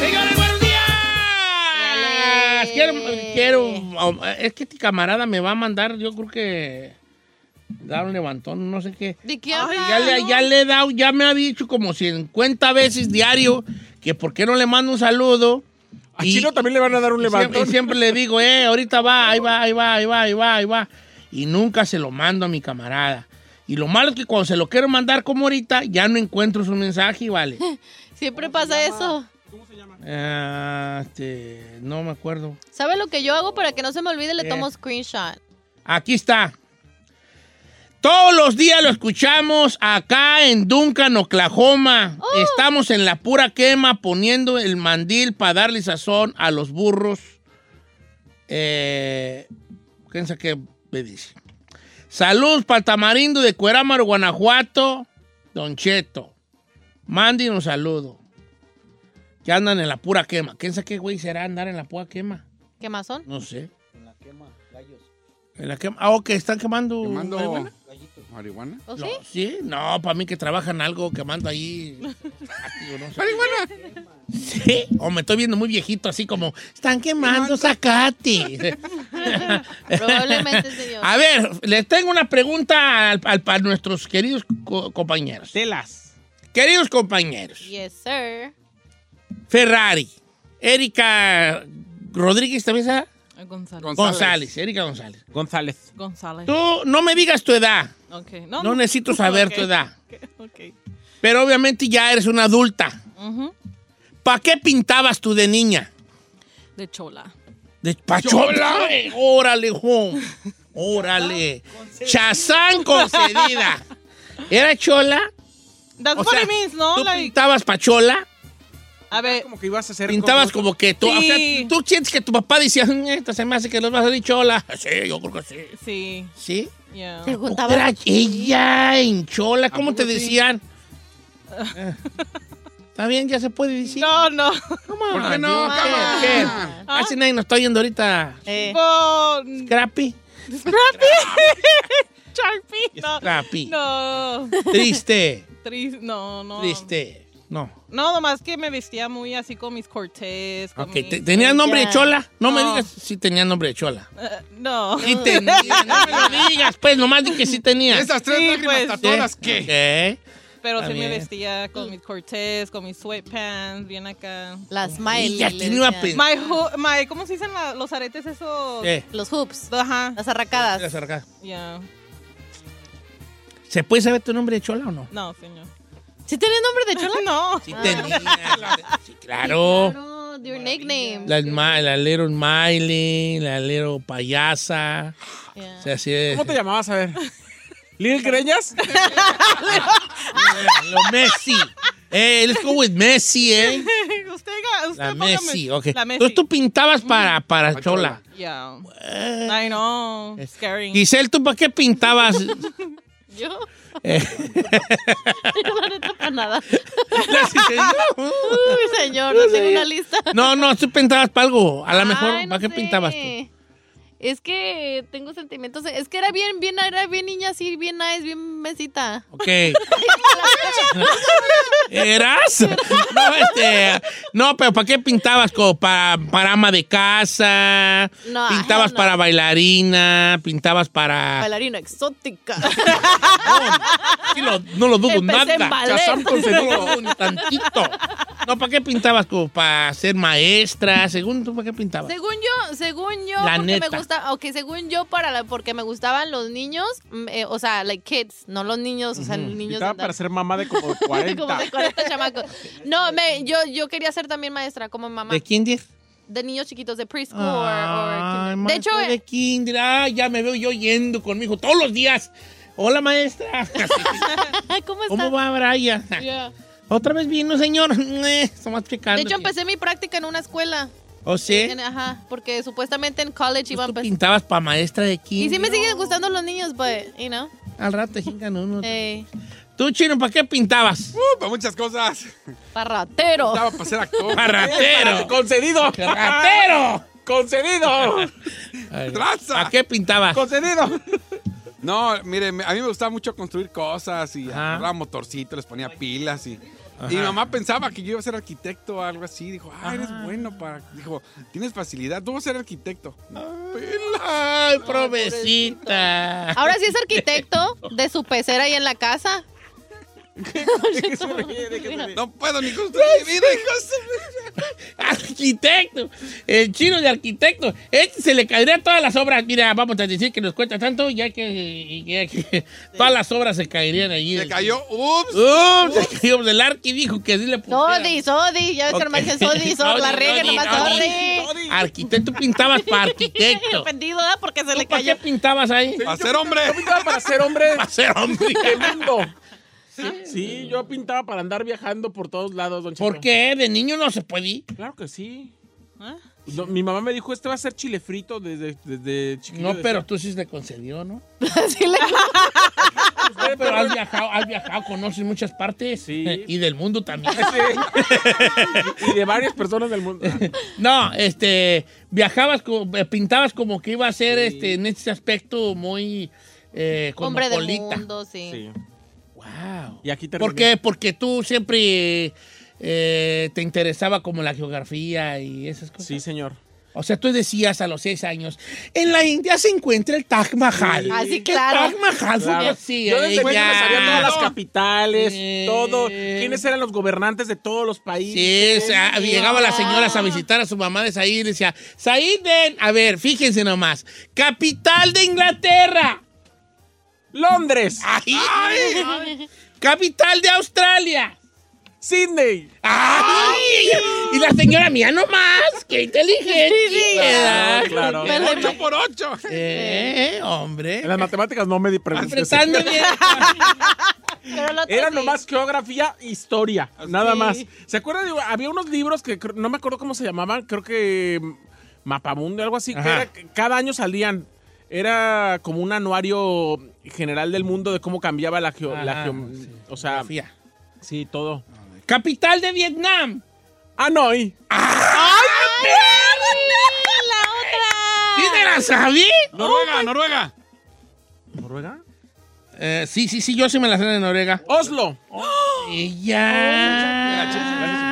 Speaker 1: ¡Señores, buenos días! Quiero, quiero- um, Es que este camarada me va a mandar, yo creo que. Dar un levantón, no sé qué.
Speaker 3: ¿De qué habla?
Speaker 1: Ya le, ya le he dado, ya me ha dicho como 50 veces diario que por qué no le mando un saludo.
Speaker 2: A Chino también le van a dar un
Speaker 1: y siempre,
Speaker 2: levantón.
Speaker 1: y siempre le digo, eh, ahorita va, ahí va, ahí va, ahí va, ahí va, ahí va. Y nunca se lo mando a mi camarada. Y lo malo es que cuando se lo quiero mandar como ahorita, ya no encuentro su mensaje y vale.
Speaker 3: Siempre pasa eso.
Speaker 1: Ah, este, no me acuerdo.
Speaker 3: ¿Sabe lo que yo hago para que no se me olvide? Le
Speaker 1: ¿Qué?
Speaker 3: tomo screenshot.
Speaker 1: Aquí está. Todos los días lo escuchamos acá en Duncan, Oklahoma. Estamos en la pura quema poniendo el mandil para darle sazón a los burros. Eh, piensa que me dice. Salud para Tamarindo de Cuerámaro, Guanajuato. Don Cheto. Manden un saludo. Que andan en la pura quema. ¿Quién sabe qué güey será andar en la pura quema?
Speaker 3: ¿Qué más son?
Speaker 1: No sé. En la quema, gallos. En la quema. Ah, ok, están quemando.
Speaker 4: Quemando
Speaker 1: marihuana?
Speaker 4: marihuana.
Speaker 3: ¿O
Speaker 1: No,
Speaker 3: sí?
Speaker 1: sí, no, para mí que trabajan algo quemando ahí. Digo, no sé. Sí, o me estoy viendo muy viejito, así como, están quemando zacate.
Speaker 3: Probablemente,
Speaker 1: [LAUGHS]
Speaker 3: señor.
Speaker 1: A ver, les tengo una pregunta al- al- a nuestros queridos co- compañeros.
Speaker 2: Telas.
Speaker 1: Queridos compañeros,
Speaker 3: Yes, sir.
Speaker 1: Ferrari, Erika Rodríguez, ¿también sabe?
Speaker 7: González.
Speaker 4: González.
Speaker 1: González, Erika González.
Speaker 2: González.
Speaker 7: González.
Speaker 1: Tú no me digas tu edad,
Speaker 7: Ok.
Speaker 1: no necesito saber
Speaker 7: Ok,
Speaker 1: tu edad,
Speaker 7: ok.
Speaker 1: pero obviamente ya eres una adulta.
Speaker 7: Ujú.
Speaker 1: ¿Para qué pintabas tú de niña?
Speaker 7: De Chola.
Speaker 1: De Pachola. eh, Órale, Juan. Órale. Chazán concedida.
Speaker 7: [LAUGHS]
Speaker 1: ¿Era chola?
Speaker 7: That's
Speaker 1: O
Speaker 7: what
Speaker 1: sea,
Speaker 7: it means, ¿no?
Speaker 1: ¿Tú
Speaker 7: Like,
Speaker 1: pintabas pachola?
Speaker 7: a ver,
Speaker 2: Como que ibas a hacer.
Speaker 1: ¿Pintabas como que tú? o sea,
Speaker 7: Sí.
Speaker 1: ¿Tú sientes que tu papá decía, "Mm, esta se me hace que los vas a decir chola? Sí, yo creo que sí.
Speaker 7: sí.
Speaker 1: ¿Sí?
Speaker 7: Yeah.
Speaker 3: Preguntaba.
Speaker 1: Era ella en chola. ¿Cómo te decían? Eh, Está bien, ya se puede decir.
Speaker 7: No, Oh, no. [LAUGHS]
Speaker 1: ¿Cómo?
Speaker 4: ¿Por qué no?
Speaker 1: ¿Qué?
Speaker 4: Cámara.
Speaker 1: ¿Qué?
Speaker 7: Ah.
Speaker 1: Casi nadie nos está oyendo ahorita.
Speaker 3: Eh,
Speaker 7: Oh,
Speaker 1: Crappy. [LAUGHS]
Speaker 7: Sharpie. No.
Speaker 1: Crappy.
Speaker 7: No.
Speaker 1: Triste.
Speaker 7: Tris- no, no.
Speaker 1: Triste. No.
Speaker 7: No, nomás que me vestía muy así con mis cortés. con
Speaker 1: Ok,
Speaker 7: mis-
Speaker 1: te- ¿tenía nombre de chola? No, me
Speaker 7: No.
Speaker 1: digas si tenía nombre de chola.
Speaker 7: Eh, no.
Speaker 1: Sí tenía, no me lo digas, pues, nomás di que sí tenía.
Speaker 4: Esas tres
Speaker 7: Sí,
Speaker 4: lágrimas
Speaker 7: pues.
Speaker 4: tatuadas,
Speaker 1: Sí.
Speaker 4: ¿qué?
Speaker 1: Ok.
Speaker 7: Pero
Speaker 1: Está
Speaker 7: sí me
Speaker 1: bien.
Speaker 7: vestía con mis cortés, con mis sweatpants, bien acá.
Speaker 3: las smiley.
Speaker 1: Y ya
Speaker 3: le
Speaker 1: tiene una
Speaker 3: decían.
Speaker 1: pe-
Speaker 7: My, [LAUGHS] ho- my, Oh, ¿Cómo se dicen la- los aretes esos?
Speaker 1: Eh,
Speaker 3: Los hoops.
Speaker 7: Ajá.
Speaker 3: Las arracadas.
Speaker 1: las arcadas.
Speaker 7: Yeah.
Speaker 1: ¿Se puede saber tu nombre de chola o no?
Speaker 7: No, señor.
Speaker 3: ¿Sí tienes nombre de chola?
Speaker 7: [LAUGHS] No.
Speaker 1: Sí tenía. Sí, claro.
Speaker 3: No, your nickname.
Speaker 1: La, ma- la Lero Miley, la Lero Payasa.
Speaker 3: Yeah.
Speaker 1: O sea, así es.
Speaker 2: ¿Cómo te llamabas? A ver. ¿Lil Greñas?
Speaker 1: Lo Messi. Eh, let's go with Messi, eh.
Speaker 7: usted, diga- usted
Speaker 1: La
Speaker 7: póngame-
Speaker 1: Messi, ok.
Speaker 7: La Messi.
Speaker 1: Entonces tú pintabas para, para chola.
Speaker 7: Yeah. I know. Scary.
Speaker 1: Giselle, ¿tú para qué pintabas? [LAUGHS]
Speaker 3: Yo.
Speaker 1: Eh.
Speaker 3: Yo [LAUGHS] la neta para
Speaker 1: [LAUGHS]
Speaker 3: nada.
Speaker 1: Uy,
Speaker 3: señor, no tengo una lista.
Speaker 1: No, no, tú pintabas para algo. A lo mejor,
Speaker 3: Ay, no
Speaker 1: ¿para qué
Speaker 3: sé.
Speaker 1: pintabas tú?
Speaker 3: Es que tengo sentimientos. Es que era bien, bien, era bien niña así, bien nice, bien mesita.
Speaker 1: Ok. ¿Eras? No, este, no, pero ¿para qué pintabas? Como para, para ama de casa,
Speaker 3: No,
Speaker 1: pintabas
Speaker 3: no.
Speaker 1: para bailarina, pintabas para...
Speaker 3: Bailarina exótica.
Speaker 1: Sí, lo- no lo dudo
Speaker 3: Empecé en
Speaker 1: nada.
Speaker 3: ballet.
Speaker 1: Chazam con- no lo [LAUGHS] dudo ni tantito. No, ¿para qué pintabas? Como para ser maestra, según tú, ¿para qué pintabas?
Speaker 3: Según yo, según yo,
Speaker 1: La
Speaker 3: porque
Speaker 1: neta.
Speaker 3: me gusta, ok, según yo para la- porque me gustaban los niños, mm, eh, o sea, like kids, no los niños, o sea, los niños
Speaker 2: Estaba
Speaker 3: [LAUGHS]
Speaker 2: para ser mamá de
Speaker 7: [LAUGHS]
Speaker 2: como 40.
Speaker 3: como de 40 chamacos. No, me, yo, yo quería ser también maestra como mamá
Speaker 1: ¿De quién, Diez?
Speaker 3: de niños chiquitos de preschool. or-
Speaker 1: Ay,
Speaker 3: or kinder- de
Speaker 1: maestra
Speaker 3: hecho,
Speaker 1: de
Speaker 3: eh,
Speaker 1: kinder. Ay, ya me veo yo yendo con mi hijo todos los días.
Speaker 3: [LAUGHS]
Speaker 1: Hola, maestra.
Speaker 3: ¿cómo está?
Speaker 1: ¿Cómo va, Brian?
Speaker 3: Yeah.
Speaker 1: Otra vez vino, señor. [LAUGHS] Eh, Estamos checando.
Speaker 3: De hecho,
Speaker 1: aquí.
Speaker 3: empecé mi práctica en una escuela.
Speaker 1: ¿O sí? Pues
Speaker 3: En- ajá, porque supuestamente en college iba a empezar.
Speaker 1: Pintabas para maestra de
Speaker 3: Y
Speaker 1: kinder.
Speaker 3: sí me siguen gustando los niños, but, you know.
Speaker 1: Al rato jingan uno.
Speaker 3: eh,
Speaker 1: Tú, Chino, ¿para
Speaker 3: [LAUGHS]
Speaker 1: qué pintabas?
Speaker 4: Uh, para muchas cosas.
Speaker 3: parratero.
Speaker 4: Estaba para ser
Speaker 3: [LAUGHS]
Speaker 4: actor.
Speaker 1: ¡Parratero!
Speaker 2: ¡Concedido!
Speaker 1: [LAUGHS] ¡Ratero!
Speaker 4: [LAUGHS]
Speaker 2: ¡Concedido!
Speaker 4: ¡Traza!
Speaker 1: ¿Para qué pintabas?
Speaker 2: ¡Concedido!
Speaker 4: No, mire, me- a mí me gustaba mucho construir cosas y
Speaker 1: Ajá.
Speaker 4: agarraba motorcito, les ponía pilas y... y mi
Speaker 1: Ajá.
Speaker 4: mamá pensaba que yo iba a ser arquitecto o algo así. Dijo, ah, eres bueno para... Dijo, tienes facilidad, tú vas a ser arquitecto.
Speaker 1: ¡Ay, provecita!
Speaker 3: Ahora sí es arquitecto de su pecera ahí en la casa.
Speaker 2: ¿De qué se ríe? ¿De qué se ríe?
Speaker 4: No puedo ni construir mi vida, hijo.
Speaker 1: [LAUGHS] Arquitecto, el chino de arquitecto. Este se le caería todas las obras. Mira, vamos a decir que nos cuenta tanto, ya que, y ya que [LAUGHS] todas las obras se caerían allí.
Speaker 4: Se cayó, ups.
Speaker 1: ¡Uh! Se cayó del arqui y dijo que así le pusieron.
Speaker 3: Sodi, Sodi, ya ves
Speaker 1: Ok.
Speaker 3: que nomás que
Speaker 1: [LAUGHS]
Speaker 3: Sodi, Sodi, la
Speaker 1: Sodi,
Speaker 3: riega,
Speaker 1: Sodi,
Speaker 3: nomás
Speaker 1: Sodi.
Speaker 3: Sodi.
Speaker 1: Arquitecto pintabas
Speaker 3: [LAUGHS]
Speaker 1: para arquitecto.
Speaker 3: Ofendido, ¿verdad? Porque se le
Speaker 1: ¿Para qué
Speaker 3: cayó.
Speaker 1: pintabas ahí?
Speaker 4: Para ser hombre.
Speaker 2: Yo pintaba para ser hombre
Speaker 1: [LAUGHS] Para ser [LAUGHS] hombre.
Speaker 2: de mundo. Sí, yo pintaba para andar viajando por todos lados, don Cheto.
Speaker 1: ¿Por qué? De niño no se puede ir.
Speaker 2: Claro que sí.
Speaker 7: ¿Ah?
Speaker 2: No, mi mamá me dijo, este va a ser chile frito desde, desde chiquillo.
Speaker 1: No, pero tú sí se concedió, ¿no?
Speaker 3: [LAUGHS] Así le-
Speaker 1: No, pero has viajado, has viajado, conoces muchas partes. eh,
Speaker 2: Sí.
Speaker 1: Y del mundo también.
Speaker 2: [LAUGHS] Y de varias personas del mundo. Ah,
Speaker 1: [LAUGHS] No, este, viajabas, co- eh, pintabas como que iba a ser este, en este aspecto muy eh, [LAUGHS]
Speaker 3: Hombre del
Speaker 1: cosmopolita.
Speaker 3: mundo, sí.
Speaker 2: Sí.
Speaker 1: Wow.
Speaker 2: Y aquí terminé.
Speaker 1: ¿Por qué? Porque tú siempre eh, te interesaba como la geografía y esas cosas.
Speaker 2: Sí, señor.
Speaker 1: O sea, tú decías a los seis años, en la India se encuentra el Taj Mahal.
Speaker 3: Sí. Ah, sí,
Speaker 1: ¿Qué
Speaker 3: claro.
Speaker 1: Taj Mahal fue
Speaker 2: Claro.
Speaker 1: así,
Speaker 2: Yo desde
Speaker 1: eh,
Speaker 2: pequeño me
Speaker 1: ya.
Speaker 2: sabía todas las capitales,
Speaker 1: Sí.
Speaker 2: todo. ¿Quiénes eran los gobernantes de todos los países?
Speaker 1: Sí, o sea, llegaba las señoras a visitar a su mamá de Said y decía, Said, ven". a ver, fíjense nomás, capital de Inglaterra.
Speaker 2: Londres,
Speaker 1: Ay, Capital de Australia.
Speaker 2: Sydney.
Speaker 1: Ay, y la señora mía nomás, qué inteligente. ¿verdad?
Speaker 2: Claro, claro.
Speaker 3: Me le-
Speaker 4: Ocho por ocho.
Speaker 1: Eh, hombre. [LAUGHS]
Speaker 2: En las matemáticas no me di preguntas.
Speaker 1: Hombre, tan bien.
Speaker 3: Pero el otro
Speaker 2: Era
Speaker 3: sí.
Speaker 2: nomás geografía, historia,
Speaker 1: Ah,
Speaker 2: nada más. ¿Se acuerdan? de- Había unos libros que creo- no me acuerdo cómo se llamaban, creo que mm, Mapamundo, algo así, que
Speaker 1: Ajá.
Speaker 2: era que cada año salían. Era como un anuario general del mundo de cómo cambiaba la, geo- la
Speaker 1: Ajá,
Speaker 2: geo-
Speaker 1: sí.
Speaker 2: O sea,
Speaker 1: Fía.
Speaker 2: sí, todo. Ah,
Speaker 1: Capital de Vietnam.
Speaker 2: Hanoi.
Speaker 3: La
Speaker 1: ¿Sí
Speaker 3: otra.
Speaker 1: te la sabí?
Speaker 4: Noruega, Noruega.
Speaker 2: Oh, ¿Noruega?
Speaker 1: Eh, sí, sí, sí, yo sí me la sé de Noruega.
Speaker 2: Oslo.
Speaker 1: Oh.
Speaker 2: Oh,
Speaker 1: Ella.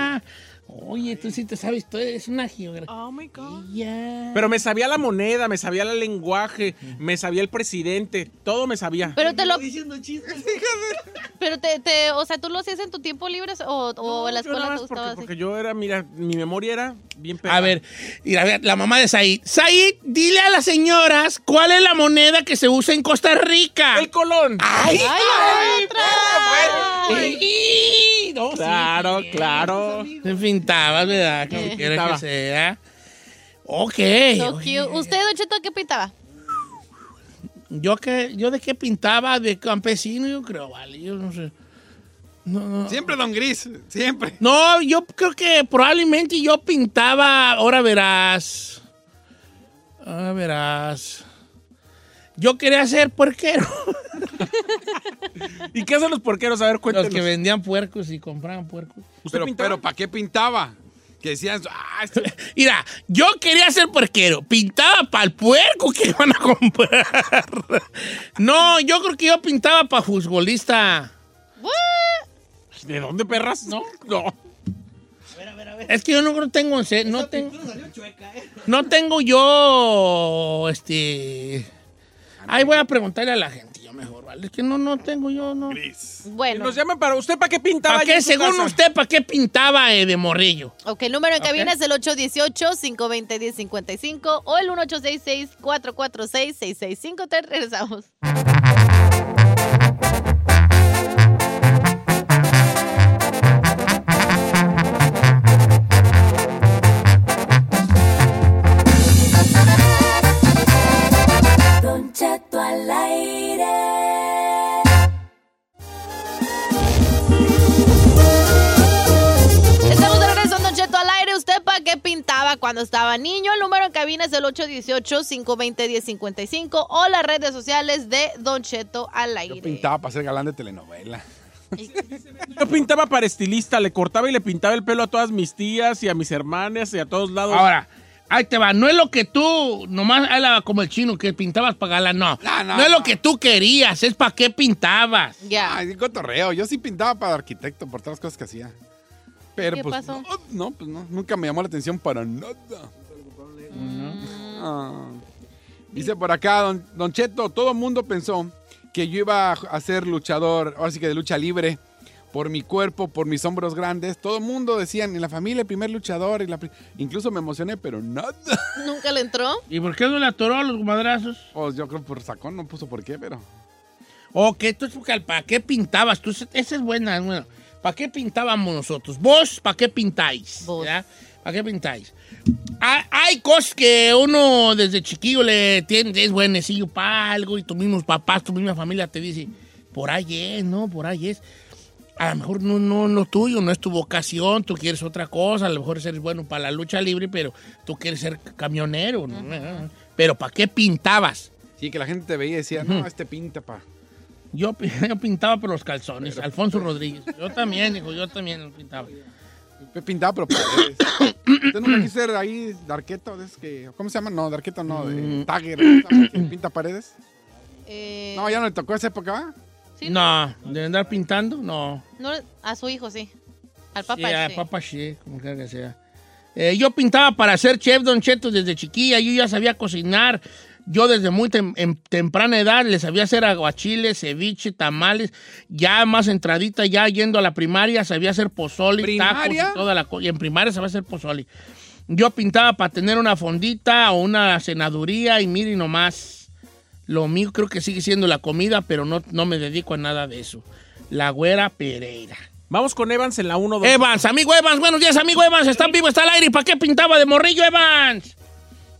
Speaker 1: Oye, tú sí te sabes, tú eres una geografía.
Speaker 7: Oh my God.
Speaker 1: Ella.
Speaker 2: Pero me sabía la moneda, me sabía el lenguaje, me sabía el presidente, todo me sabía.
Speaker 3: Pero te lo. [LAUGHS] Pero te, te, o sea, tú lo hacías en tu tiempo libre o, o en la
Speaker 2: Yo nada más
Speaker 3: escuela te
Speaker 2: porque,
Speaker 3: gustaba
Speaker 2: porque
Speaker 3: así.
Speaker 2: yo era, mira, mi memoria era bien
Speaker 1: A ver, y a ver, la mamá de Said. Said, dile a las señoras cuál es la moneda que se usa en Costa Rica.
Speaker 2: El Colón.
Speaker 1: ah. ¡Ay!
Speaker 3: ¡Ay, la otra!
Speaker 1: ¡Ay! No, sí,
Speaker 2: Claro,
Speaker 1: sí,
Speaker 2: claro.
Speaker 1: Se pintaba, ¿verdad? Como
Speaker 3: Sí.
Speaker 1: quiera que
Speaker 2: Pintaba.
Speaker 1: sea. Ok.
Speaker 3: So
Speaker 1: oye.
Speaker 3: cute. ¿Usted, Don Cheto, qué pintaba?
Speaker 1: Yo, que, yo de qué pintaba, de campesino, yo creo, vale, yo no sé. No, no.
Speaker 4: Siempre Don Gris, siempre.
Speaker 1: No, yo creo que probablemente yo pintaba, ahora verás, ahora verás, Yo quería ser puerquero.
Speaker 2: ¿Y qué hacen los puerqueros? A ver, cuéntanos.
Speaker 1: Los que vendían puercos y compraban puercos. [LAUGHS]
Speaker 4: Pero, pero ¿para qué pintaba? Que decían, ah,
Speaker 1: este-".
Speaker 4: esto-
Speaker 1: Mira, yo quería ser puerquero. Pintaba para el puerco que iban a comprar. [LAUGHS] No, yo creo que yo pintaba para futbolista.
Speaker 2: ¿De dónde, perras? No, no.
Speaker 1: Es que yo no creo- tengo... en se- No tengo, no tengo yo... Este... Ahí voy a preguntarle a la gente. Yo mejor, ¿vale? Es que no, no tengo yo, no.
Speaker 3: Bueno.
Speaker 2: Nos llaman para usted, ¿para qué pintaba?
Speaker 1: ¿Para
Speaker 2: allí en
Speaker 1: qué,
Speaker 2: su
Speaker 1: según
Speaker 2: casa?
Speaker 1: usted, para qué pintaba eh, de morrillo?
Speaker 3: Ok, el número en
Speaker 1: Ok.
Speaker 3: cabina es el 818-520-1055 o el 1866-446-6653. Regresamos.
Speaker 5: Don Cheto al aire.
Speaker 3: Estamos de regreso en Don Cheto al aire. ¿Usted para qué pintaba cuando estaba niño? El número en cabina es el 818-520-1055 o las redes sociales de Don Cheto al
Speaker 4: Yo
Speaker 3: aire.
Speaker 4: pintaba para ser galán de telenovela.
Speaker 2: Yo pintaba para estilista, le cortaba y le pintaba el pelo a todas mis tías y a mis hermanas y a todos lados.
Speaker 1: Ahora, ahí te va. No es lo que tú, nomás ahí la- como el chino que pintabas para galán. No. No,
Speaker 4: no,
Speaker 1: es lo
Speaker 4: no.
Speaker 1: que tú querías, es para qué pintabas.
Speaker 3: Ya.
Speaker 4: Ay, cotorreo. Yo sí pintaba para arquitecto por todas las cosas que hacía. Pero
Speaker 3: ¿Qué
Speaker 4: pues
Speaker 3: pasó?
Speaker 4: No, no, pues no, nunca me llamó la atención para nada.
Speaker 3: Mm.
Speaker 4: Ah. Dice por acá, don, don Cheto, todo el mundo pensó que yo iba a ser luchador, ahora sí que de lucha libre, por mi cuerpo, por mis hombros grandes. Todo el mundo decían, en la familia, el primer luchador. y la pri- Incluso me emocioné, pero nada.
Speaker 3: ¿Nunca le entró?
Speaker 1: ¿Y por qué no le atoró a los madrazos?
Speaker 4: Pues yo creo por sacón, no puso por qué, pero...
Speaker 1: O Oh, que tú, ¿para qué pintabas? Tú, esa es buena. Bueno, ¿Para qué pintábamos nosotros? ¿Vos para qué pintáis?
Speaker 3: Vos.
Speaker 1: ¿Ya? ¿Para qué pintáis? Ha- Hay cosas que uno desde chiquillo le tiene, es buenecillo para algo y tus mismos papás, tu misma familia te dice, por ahí es, ¿no? Por ahí es. A lo mejor no, no, no tuyo, no es tu vocación, tú quieres otra cosa, a lo mejor eres bueno para la lucha libre, pero tú quieres ser camionero. ¿no? Pero ¿para qué pintabas?
Speaker 4: Sí, que la gente te veía y decía, no, este pinta pa.
Speaker 1: Yo, pi- [LAUGHS] yo pintaba por los calzones, Alfonso Rodríguez. Yo también, hijo, yo también lo pintaba.
Speaker 4: Pe- Pintaba, pero paredes. Usted nunca quiso ser ahí de arqueto, de esos que- ¿cómo se llama? No, de arqueto no, de tagger, ¿cómo se llama? que pinta paredes.
Speaker 3: Eh,
Speaker 4: No, ya no le tocó esa época, ¿va?
Speaker 3: sí,
Speaker 1: No, de andar pintando, no.
Speaker 3: no, A su hijo, sí. Al
Speaker 1: Sí,
Speaker 3: papá.
Speaker 1: ah,
Speaker 3: sí.
Speaker 1: papá sí, como quiera que sea. Eh, yo pintaba para ser chef, Don Cheto, desde chiquilla. Yo ya sabía cocinar. Yo desde muy tem- em- temprana edad le sabía hacer aguachiles, ceviche, tamales. Ya más entradita, ya yendo a la primaria, sabía hacer pozole,
Speaker 4: ¿Primaria?
Speaker 1: tacos y toda la cosa. Y en primaria sabía hacer pozole. Yo pintaba para tener una fondita o una cenaduría y mire nomás. Lo mío creo que sigue siendo la comida, pero no, no me dedico a nada de eso. La güera Pereira.
Speaker 2: Vamos con Evans en la 1 2.
Speaker 1: Evans, amigo Evans, buenos días, amigo Evans. Está vivo, está al aire. ¿Y para qué pintaba de morrillo, Evans?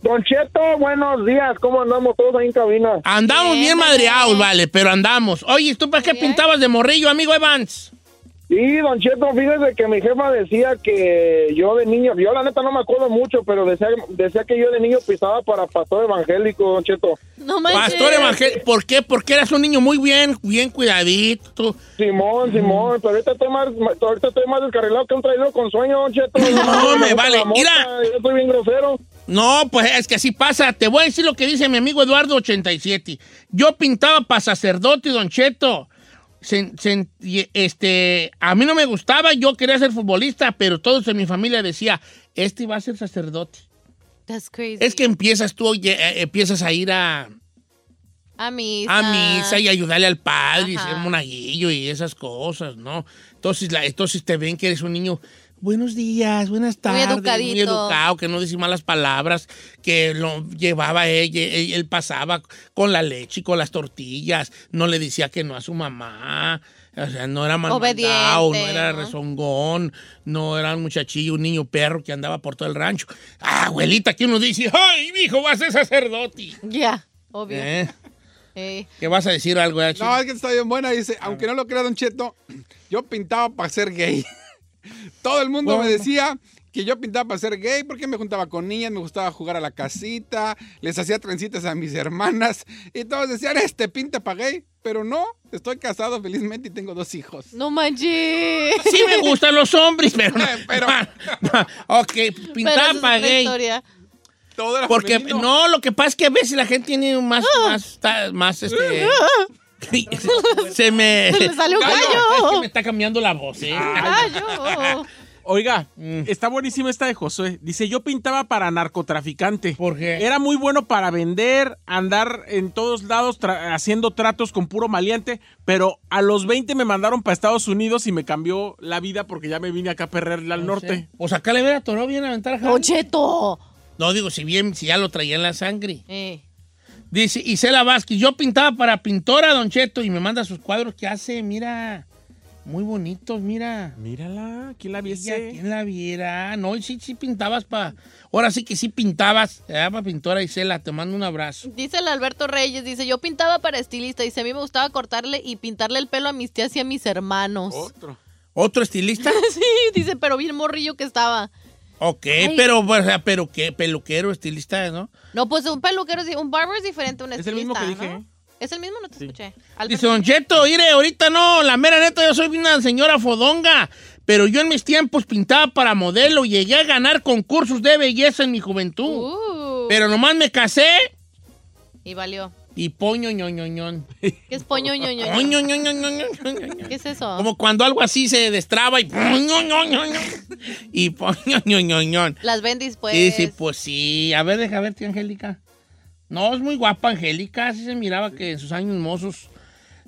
Speaker 8: Don Cheto, buenos días. ¿Cómo andamos todos ahí en cabina?
Speaker 1: Andamos bien madreados, vale, pero andamos. Oye, ¿tú para qué pintabas de morrillo, amigo Evans?
Speaker 8: Sí, Don Cheto, fíjese que mi jefa decía que yo de niño, yo la neta no me acuerdo mucho, pero decía, decía que yo de niño pisaba para pastor evangélico, Don Cheto.
Speaker 3: No manches.
Speaker 1: Pastor Evangel, ¿por qué? Porque eras un niño muy bien, bien cuidadito. Mm.
Speaker 8: Simón, Simón, pero ahorita estoy más, más- ahorita estoy más descarrilado que un traidor con sueño, Don Cheto.
Speaker 1: [LAUGHS] No, me
Speaker 8: gusta
Speaker 1: vale.
Speaker 8: la mota,
Speaker 1: Mira.
Speaker 8: Yo estoy bien grosero.
Speaker 1: No, pues es que así pasa. Te voy a decir lo que dice mi amigo Eduardo 87. Yo pintaba para sacerdote, Don Cheto. Sen- sen- y, este, a mí no me gustaba, yo quería ser futbolista, pero todos en mi familia decía, este va a ser sacerdote.
Speaker 3: That's crazy.
Speaker 1: Es que empiezas tú, oye, eh, empiezas a ir a,
Speaker 3: A misa.
Speaker 1: a misa y ayudarle al padre
Speaker 3: Ajá.
Speaker 1: y ser monaguillo y esas cosas, ¿no? Entonces, la, entonces te ven que eres un niño. Buenos días, buenas tardes.
Speaker 3: educadito.
Speaker 1: educado, que no dice malas palabras, que lo llevaba ella, él, él pasaba con la leche y con las tortillas, no le decía que no a su mamá, o sea, no era malmandado, no
Speaker 3: Obediente,
Speaker 1: era
Speaker 3: ¿no?
Speaker 1: rezongón, no era un muchachillo, un niño perro que andaba por todo el rancho. Ah, abuelita, que uno dice, ¡ay, mi hijo va a ser sacerdote!
Speaker 3: Ya, obvio.
Speaker 1: ¿Eh?
Speaker 3: Eh,
Speaker 1: ¿Qué vas a decir algo, eh, chico?
Speaker 4: No, es que está bien buena. Dice, aunque [LAUGHS] no lo crea Don Cheto, yo pintaba para ser gay. Todo el mundo me decía que yo pintaba para ser gay porque me juntaba con niñas, me gustaba jugar a la casita, les hacía trencitas a mis hermanas y todos decían, este pinta para gay, pero no, estoy casado felizmente y tengo dos hijos.
Speaker 3: No manches.
Speaker 1: Sí me gustan los hombres, pero... no- ok,
Speaker 3: Pero
Speaker 1: pintar
Speaker 3: esa es
Speaker 1: para
Speaker 3: otra
Speaker 1: gay.
Speaker 3: historia.
Speaker 1: Porque no, lo que pasa es que a veces la gente tiene más, más, ta- más, este. se me.
Speaker 2: Se le salió un
Speaker 1: Gallo,
Speaker 2: gallo.
Speaker 1: Es que me está cambiando la voz, ¿eh?
Speaker 3: Ah,
Speaker 2: Oiga,
Speaker 1: Mm.
Speaker 2: está buenísima esta de Josué. Dice, yo pintaba para narcotraficante.
Speaker 1: ¿Por qué?
Speaker 2: Era muy bueno para vender, andar en todos lados tra- haciendo tratos con puro maleante, pero a los 20 me mandaron para Estados Unidos y me cambió la vida porque ya me vine acá a perrerle al norte.
Speaker 1: O sea, Pues acá le hubiera atorado bien a aventar jale.
Speaker 3: ¡Ocheto!
Speaker 1: No, digo, si bien, si ya lo traía en la sangre.
Speaker 3: Eh.
Speaker 1: Dice Isela Vázquez, yo pintaba para pintora, Don Cheto, y me manda sus cuadros que hace, mira, muy bonitos, mira.
Speaker 2: Mírala, ¿quién la
Speaker 1: viese? ¿Quién la viera? No, y sí, sí pintabas para... Ahora sí que sí pintabas. Se llama pintora Isela, te mando un abrazo.
Speaker 3: Dice el Alberto Reyes, dice, yo pintaba para estilista, dice, a mí me gustaba cortarle y pintarle el pelo a mis tías y a mis hermanos.
Speaker 1: ¿Otro estilista?
Speaker 3: [LAUGHS] sí, dice, pero bien morrillo que estaba.
Speaker 1: Ok,
Speaker 3: Ay.
Speaker 1: pero, o sea, pero qué peluquero, estilista, ¿no?
Speaker 3: No, pues un peluquero, es di- un barber es diferente a un
Speaker 1: Es
Speaker 3: estilista,
Speaker 1: el mismo que
Speaker 3: ¿no?
Speaker 1: dije, ¿eh?
Speaker 3: Es el mismo, no te escuché.
Speaker 1: Dice Don Cheto, mire, ahorita no, la mera neta, yo soy una señora fodonga, pero yo en mis tiempos pintaba para modelo, llegué a ganar concursos de belleza en mi juventud,
Speaker 3: Uh,
Speaker 1: pero nomás me casé
Speaker 3: Y valió.
Speaker 1: y poño, ñoñoñón.
Speaker 3: ¿Qué es poño, ñoño?
Speaker 1: Poño,
Speaker 3: ¿Qué es eso?
Speaker 1: Como cuando algo así se destraba y poño, ñoñoñón. Y poño, ñoñoñón.
Speaker 3: Las bendis, pues.
Speaker 1: Sí, sí, pues sí. A ver, deja ver, tía Angélica. No, es muy guapa Angélica. Sí se miraba que en sus años mozos,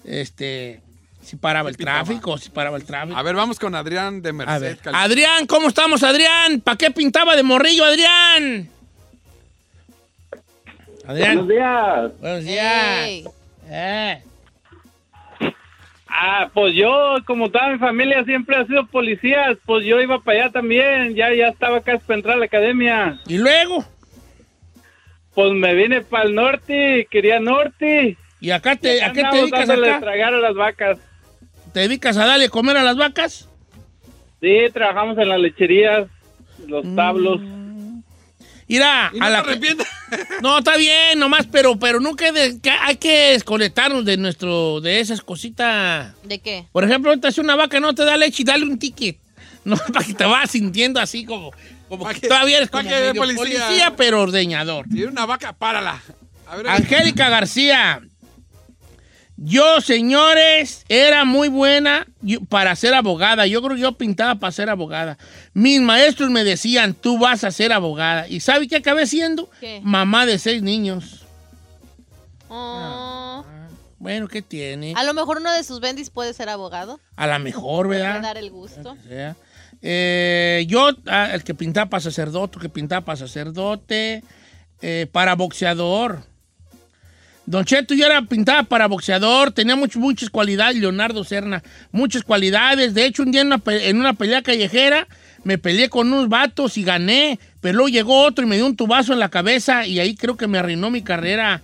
Speaker 1: este, si paraba el tráfico, si paraba el tráfico.
Speaker 4: A ver, vamos con Adrián de Merced. Cali-
Speaker 1: Adrián, ¿cómo estamos, Adrián? ¿Para qué pintaba de morrillo, Adrián? Adrián.
Speaker 9: Buenos días.
Speaker 1: Buenos días.
Speaker 3: Ey.
Speaker 1: Eh.
Speaker 9: Ah, pues yo, como toda mi familia siempre ha sido policías, pues yo iba para allá también, ya, ya estaba casi para entrar a la academia.
Speaker 1: ¿Y luego?
Speaker 9: Pues me vine para el norte, quería norte.
Speaker 1: ¿Y acá te, a qué te
Speaker 9: andamos
Speaker 1: dedicas
Speaker 9: dándole
Speaker 1: acá?
Speaker 9: tragar a las vacas.
Speaker 1: ¿Te dedicas a darle comer a las vacas?
Speaker 9: Sí, trabajamos en las lecherías, los tablos.
Speaker 1: Mira,
Speaker 9: Y no
Speaker 1: a
Speaker 9: te
Speaker 1: la [LAUGHS] No, está bien, nomás, pero, pero nunca de- que hay que desconectarnos de nuestro, de esas cositas.
Speaker 3: ¿De qué?
Speaker 1: Por ejemplo, ahorita si una vaca no te da leche, dale un ticket. [LAUGHS] No, para que te vayas sintiendo así como, como que, todavía eres
Speaker 4: pa'
Speaker 1: como
Speaker 4: que
Speaker 1: medio
Speaker 4: policía.
Speaker 1: policía. pero ordeñador.
Speaker 4: Si era una vaca, párala. A ver,
Speaker 1: Angélica García. Yo, señores, era muy buena yo- para ser abogada. Yo creo que yo pintaba para ser abogada. Mis maestros me decían, tú vas a ser abogada. ¿Y sabe qué acabé siendo?
Speaker 3: ¿Qué?
Speaker 1: Mamá de seis niños. Ah.
Speaker 3: Oh.
Speaker 1: Bueno, ¿qué tiene?
Speaker 3: Ah, A lo mejor uno de sus bendis puede ser abogado.
Speaker 1: A la mejor,
Speaker 3: Puede
Speaker 1: ¿verdad? Ah,
Speaker 3: dar el gusto.
Speaker 1: O sea, eh, yo, ah, el que pintaba para sacerdote, que pintaba para sacerdote, eh, para boxeador. Don Cheto, yo era pintada para boxeador, tenía muchas, muchas cualidades, Leonardo Serna, muchas cualidades. De hecho, un día en una, pe- en una pelea callejera me peleé con unos vatos y gané, pero luego llegó otro y me dio un tubazo en la cabeza y ahí creo que me arruinó mi carrera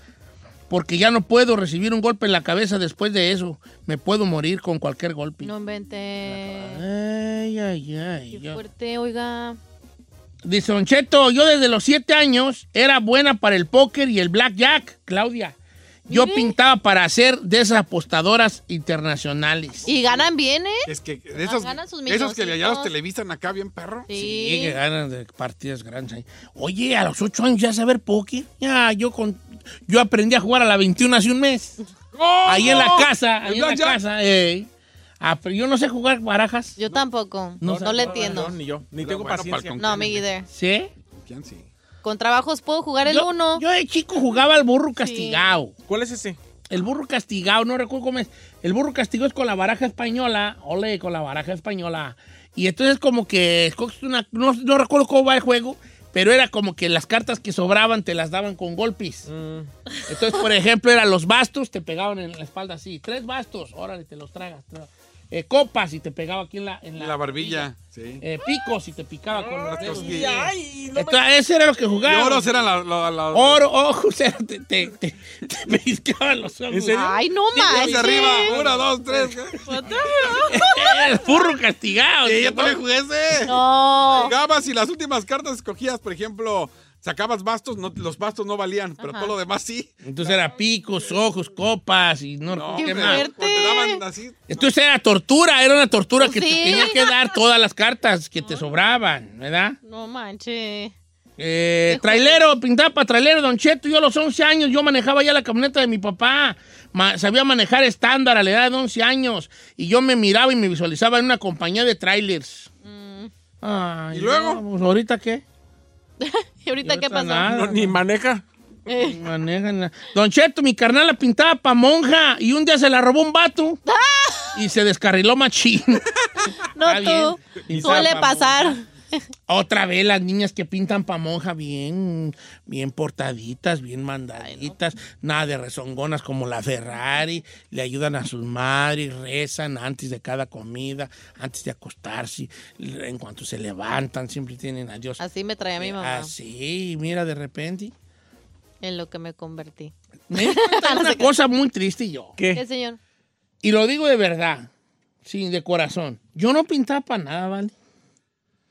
Speaker 1: porque ya no puedo recibir un golpe en la cabeza después de eso. Me puedo morir con cualquier golpe.
Speaker 3: No inventé.
Speaker 1: ah, Ay, ay, ay.
Speaker 3: Qué fuerte, oiga.
Speaker 1: Dice Don Cheto, yo desde los siete años era buena para el póker y el blackjack, Claudia. Yo pintaba para ser de esas apostadoras internacionales.
Speaker 3: Y ganan bien, ¿eh?
Speaker 4: Es que de esos,
Speaker 3: ganan sus
Speaker 4: esos que ya los
Speaker 3: milloncitos.
Speaker 4: televisan acá bien perro.
Speaker 3: Sí.
Speaker 1: Y que ganan de partidas grandes. ahí. Oye, a los ocho años ya saber póker. Ya, yo con, yo aprendí a jugar a la 21 hace un mes. Ahí en
Speaker 3: Oh,
Speaker 1: la casa, ahí en la
Speaker 3: blackjack?
Speaker 1: casa. ey. Ah, pero yo no sé jugar barajas.
Speaker 3: Yo tampoco.
Speaker 1: No
Speaker 3: No,
Speaker 1: sé.
Speaker 3: le
Speaker 1: No,
Speaker 3: entiendo.
Speaker 2: ni yo, ni tengo paciencia.
Speaker 3: No, me either.
Speaker 1: ¿Sí?
Speaker 3: Con trabajos puedo jugar el
Speaker 1: Yo-
Speaker 3: uno.
Speaker 1: Yo de chico jugaba al burro castigado.
Speaker 2: ¿Cuál es ese?
Speaker 1: El burro castigado, no recuerdo cómo es. El burro castigado es con la baraja española. Ole, con la baraja española. Y entonces como que escoges una... No, no recuerdo cómo va el juego, pero era como que las cartas que sobraban te las daban con golpes. Entonces, por ejemplo, eran los bastos, te pegaban en la espalda así. Tres bastos, órale, te los tragas. tra- eh, copas y te pegaba aquí en la, en la,
Speaker 4: La barbilla. Sí.
Speaker 1: eh, picos y te picaba con
Speaker 4: Ah,
Speaker 1: los dedos.
Speaker 4: cosquillas.
Speaker 1: Entonces, ah, ese era lo que jugaba.
Speaker 4: Y oros eran la- la- la-
Speaker 1: Oro, ojos, [LAUGHS] era- te, te, te, te pellizcaban los ojos.
Speaker 4: ¿En serio?
Speaker 3: Ay, no
Speaker 4: Sí, hacia
Speaker 3: manches.
Speaker 4: arriba. Una, dos, tres.
Speaker 1: pues, El Eh, furro castigado.
Speaker 4: Sí, yo también jugué ese.
Speaker 3: No.
Speaker 4: Jugabas y las últimas cartas escogías, por ejemplo, sacabas bastos, no- los bastos no valían, pero
Speaker 3: Ajá.
Speaker 4: todo lo demás sí.
Speaker 1: Entonces era picos, ojos, copas y no,
Speaker 4: No,
Speaker 1: ¿qué
Speaker 4: hombre,
Speaker 1: más?
Speaker 4: cuando te daban así,
Speaker 1: Entonces era tortura, era una tortura
Speaker 4: Pues
Speaker 1: que
Speaker 3: Sí.
Speaker 1: te tenías que dar todas las cartas que te sobraban, ¿verdad?
Speaker 3: No manches.
Speaker 1: Eh, trailero, pintapa, trailero, Don Cheto. Yo a los 11 años yo manejaba ya la camioneta de mi papá. Ma- sabía manejar estándar a la edad de 11 años. Y yo me miraba y me visualizaba en una compañía de trailers. Ay,
Speaker 4: Mm. ¿Y luego?
Speaker 1: no, pues, ¿Ahorita qué?
Speaker 3: ¿Y ahorita qué pasó?
Speaker 2: Ah, No, ni maneja.
Speaker 3: Eh,
Speaker 1: Manejan la- Don Cheto, mi carnal la pintaba pa' monja y un día se la robó un
Speaker 3: [LAUGHS]
Speaker 1: vato y se descarriló machín. [LAUGHS]
Speaker 3: no
Speaker 1: Está bien.
Speaker 3: tú.
Speaker 1: Y
Speaker 3: Suele
Speaker 1: zapa,
Speaker 3: pasar.
Speaker 1: Otra vez las niñas que pintan pa' monja bien, bien portaditas, bien mandaditas, nada de rezongonas como la Ferrari, le ayudan a sus madres, rezan antes de cada comida, antes de acostarse, en cuanto se levantan, siempre tienen a Dios.
Speaker 3: Así me traía mi mamá.
Speaker 1: Así, mira,
Speaker 3: [LAUGHS]
Speaker 1: de repente.
Speaker 3: En lo que me convertí.
Speaker 1: Me di cuenta de una cosa muy triste yo.
Speaker 3: ¿Qué, señor?
Speaker 1: Y lo digo de verdad, sí, de corazón. Yo no pintaba para nada, ¿vale?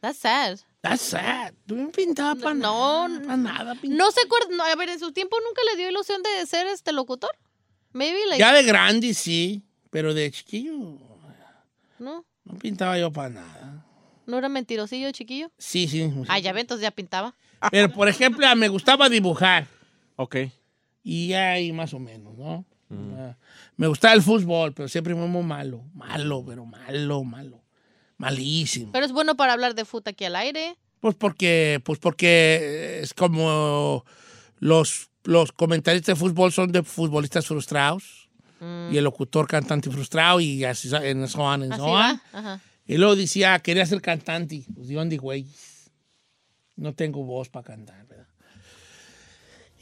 Speaker 3: That's sad.
Speaker 1: That's sad. Tú no pintabas para
Speaker 3: No,
Speaker 1: nada. Para nada. pintaba.
Speaker 3: No se acuerda. no, a ver, en su tiempo nunca le dio ilusión de ser este locutor. Maybe like.
Speaker 1: Ya de grande sí, pero de chiquillo
Speaker 3: No,
Speaker 1: no pintaba yo para nada.
Speaker 3: no era mentirosillo, chiquillo.
Speaker 1: Sí, sí. sí.
Speaker 3: Ah, ya ve, entonces ya pintaba.
Speaker 1: Pero por ejemplo, ah, me gustaba dibujar.
Speaker 2: Ok.
Speaker 1: Y ahí más o menos, ¿no? Ah, Me gustaba el fútbol, pero siempre muy, muy malo. Malo, pero malo, malo. Malísimo.
Speaker 3: Pero es bueno para hablar de fut aquí al aire.
Speaker 1: Pues porque, pues porque es como los, los comentaristas de fútbol son de futbolistas frustrados y el locutor cantante frustrado y así sa- en so on and
Speaker 3: Mm. Así
Speaker 1: so on.
Speaker 3: va. Ajá.
Speaker 1: Y luego decía, "Ah, quería ser cantante. Pues de dónde, güey. No tengo voz para cantar, ¿verdad?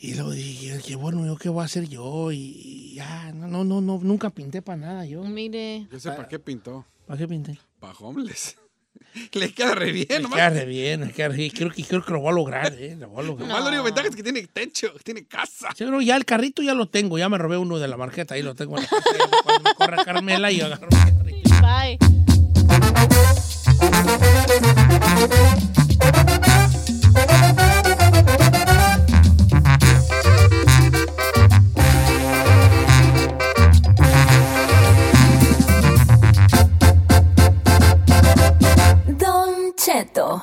Speaker 1: Y luego dije, que bueno, yo qué voy a hacer yo. Y, y ya, no, no, no, no, nunca pinté para nada yo.
Speaker 3: Mire.
Speaker 1: Ah.
Speaker 4: Yo sé para qué pintó.
Speaker 1: ¿Para qué pinté?
Speaker 4: Para homeless. [LAUGHS] Le queda re bien,
Speaker 1: Me
Speaker 4: nomás.
Speaker 1: queda re bien, me queda re bien. Creo que, creo que lo voy a lograr, ¿eh? Lo voy a lograr.
Speaker 4: Nomás la única ventaja es que tiene techo, que tiene casa.
Speaker 1: Sí, no, ya el carrito ya lo tengo, ya me robé uno de la marqueta, ahí lo tengo en la casa, ya cuando me corra Carmela y agarro.
Speaker 3: Bye.
Speaker 5: Don Cheto.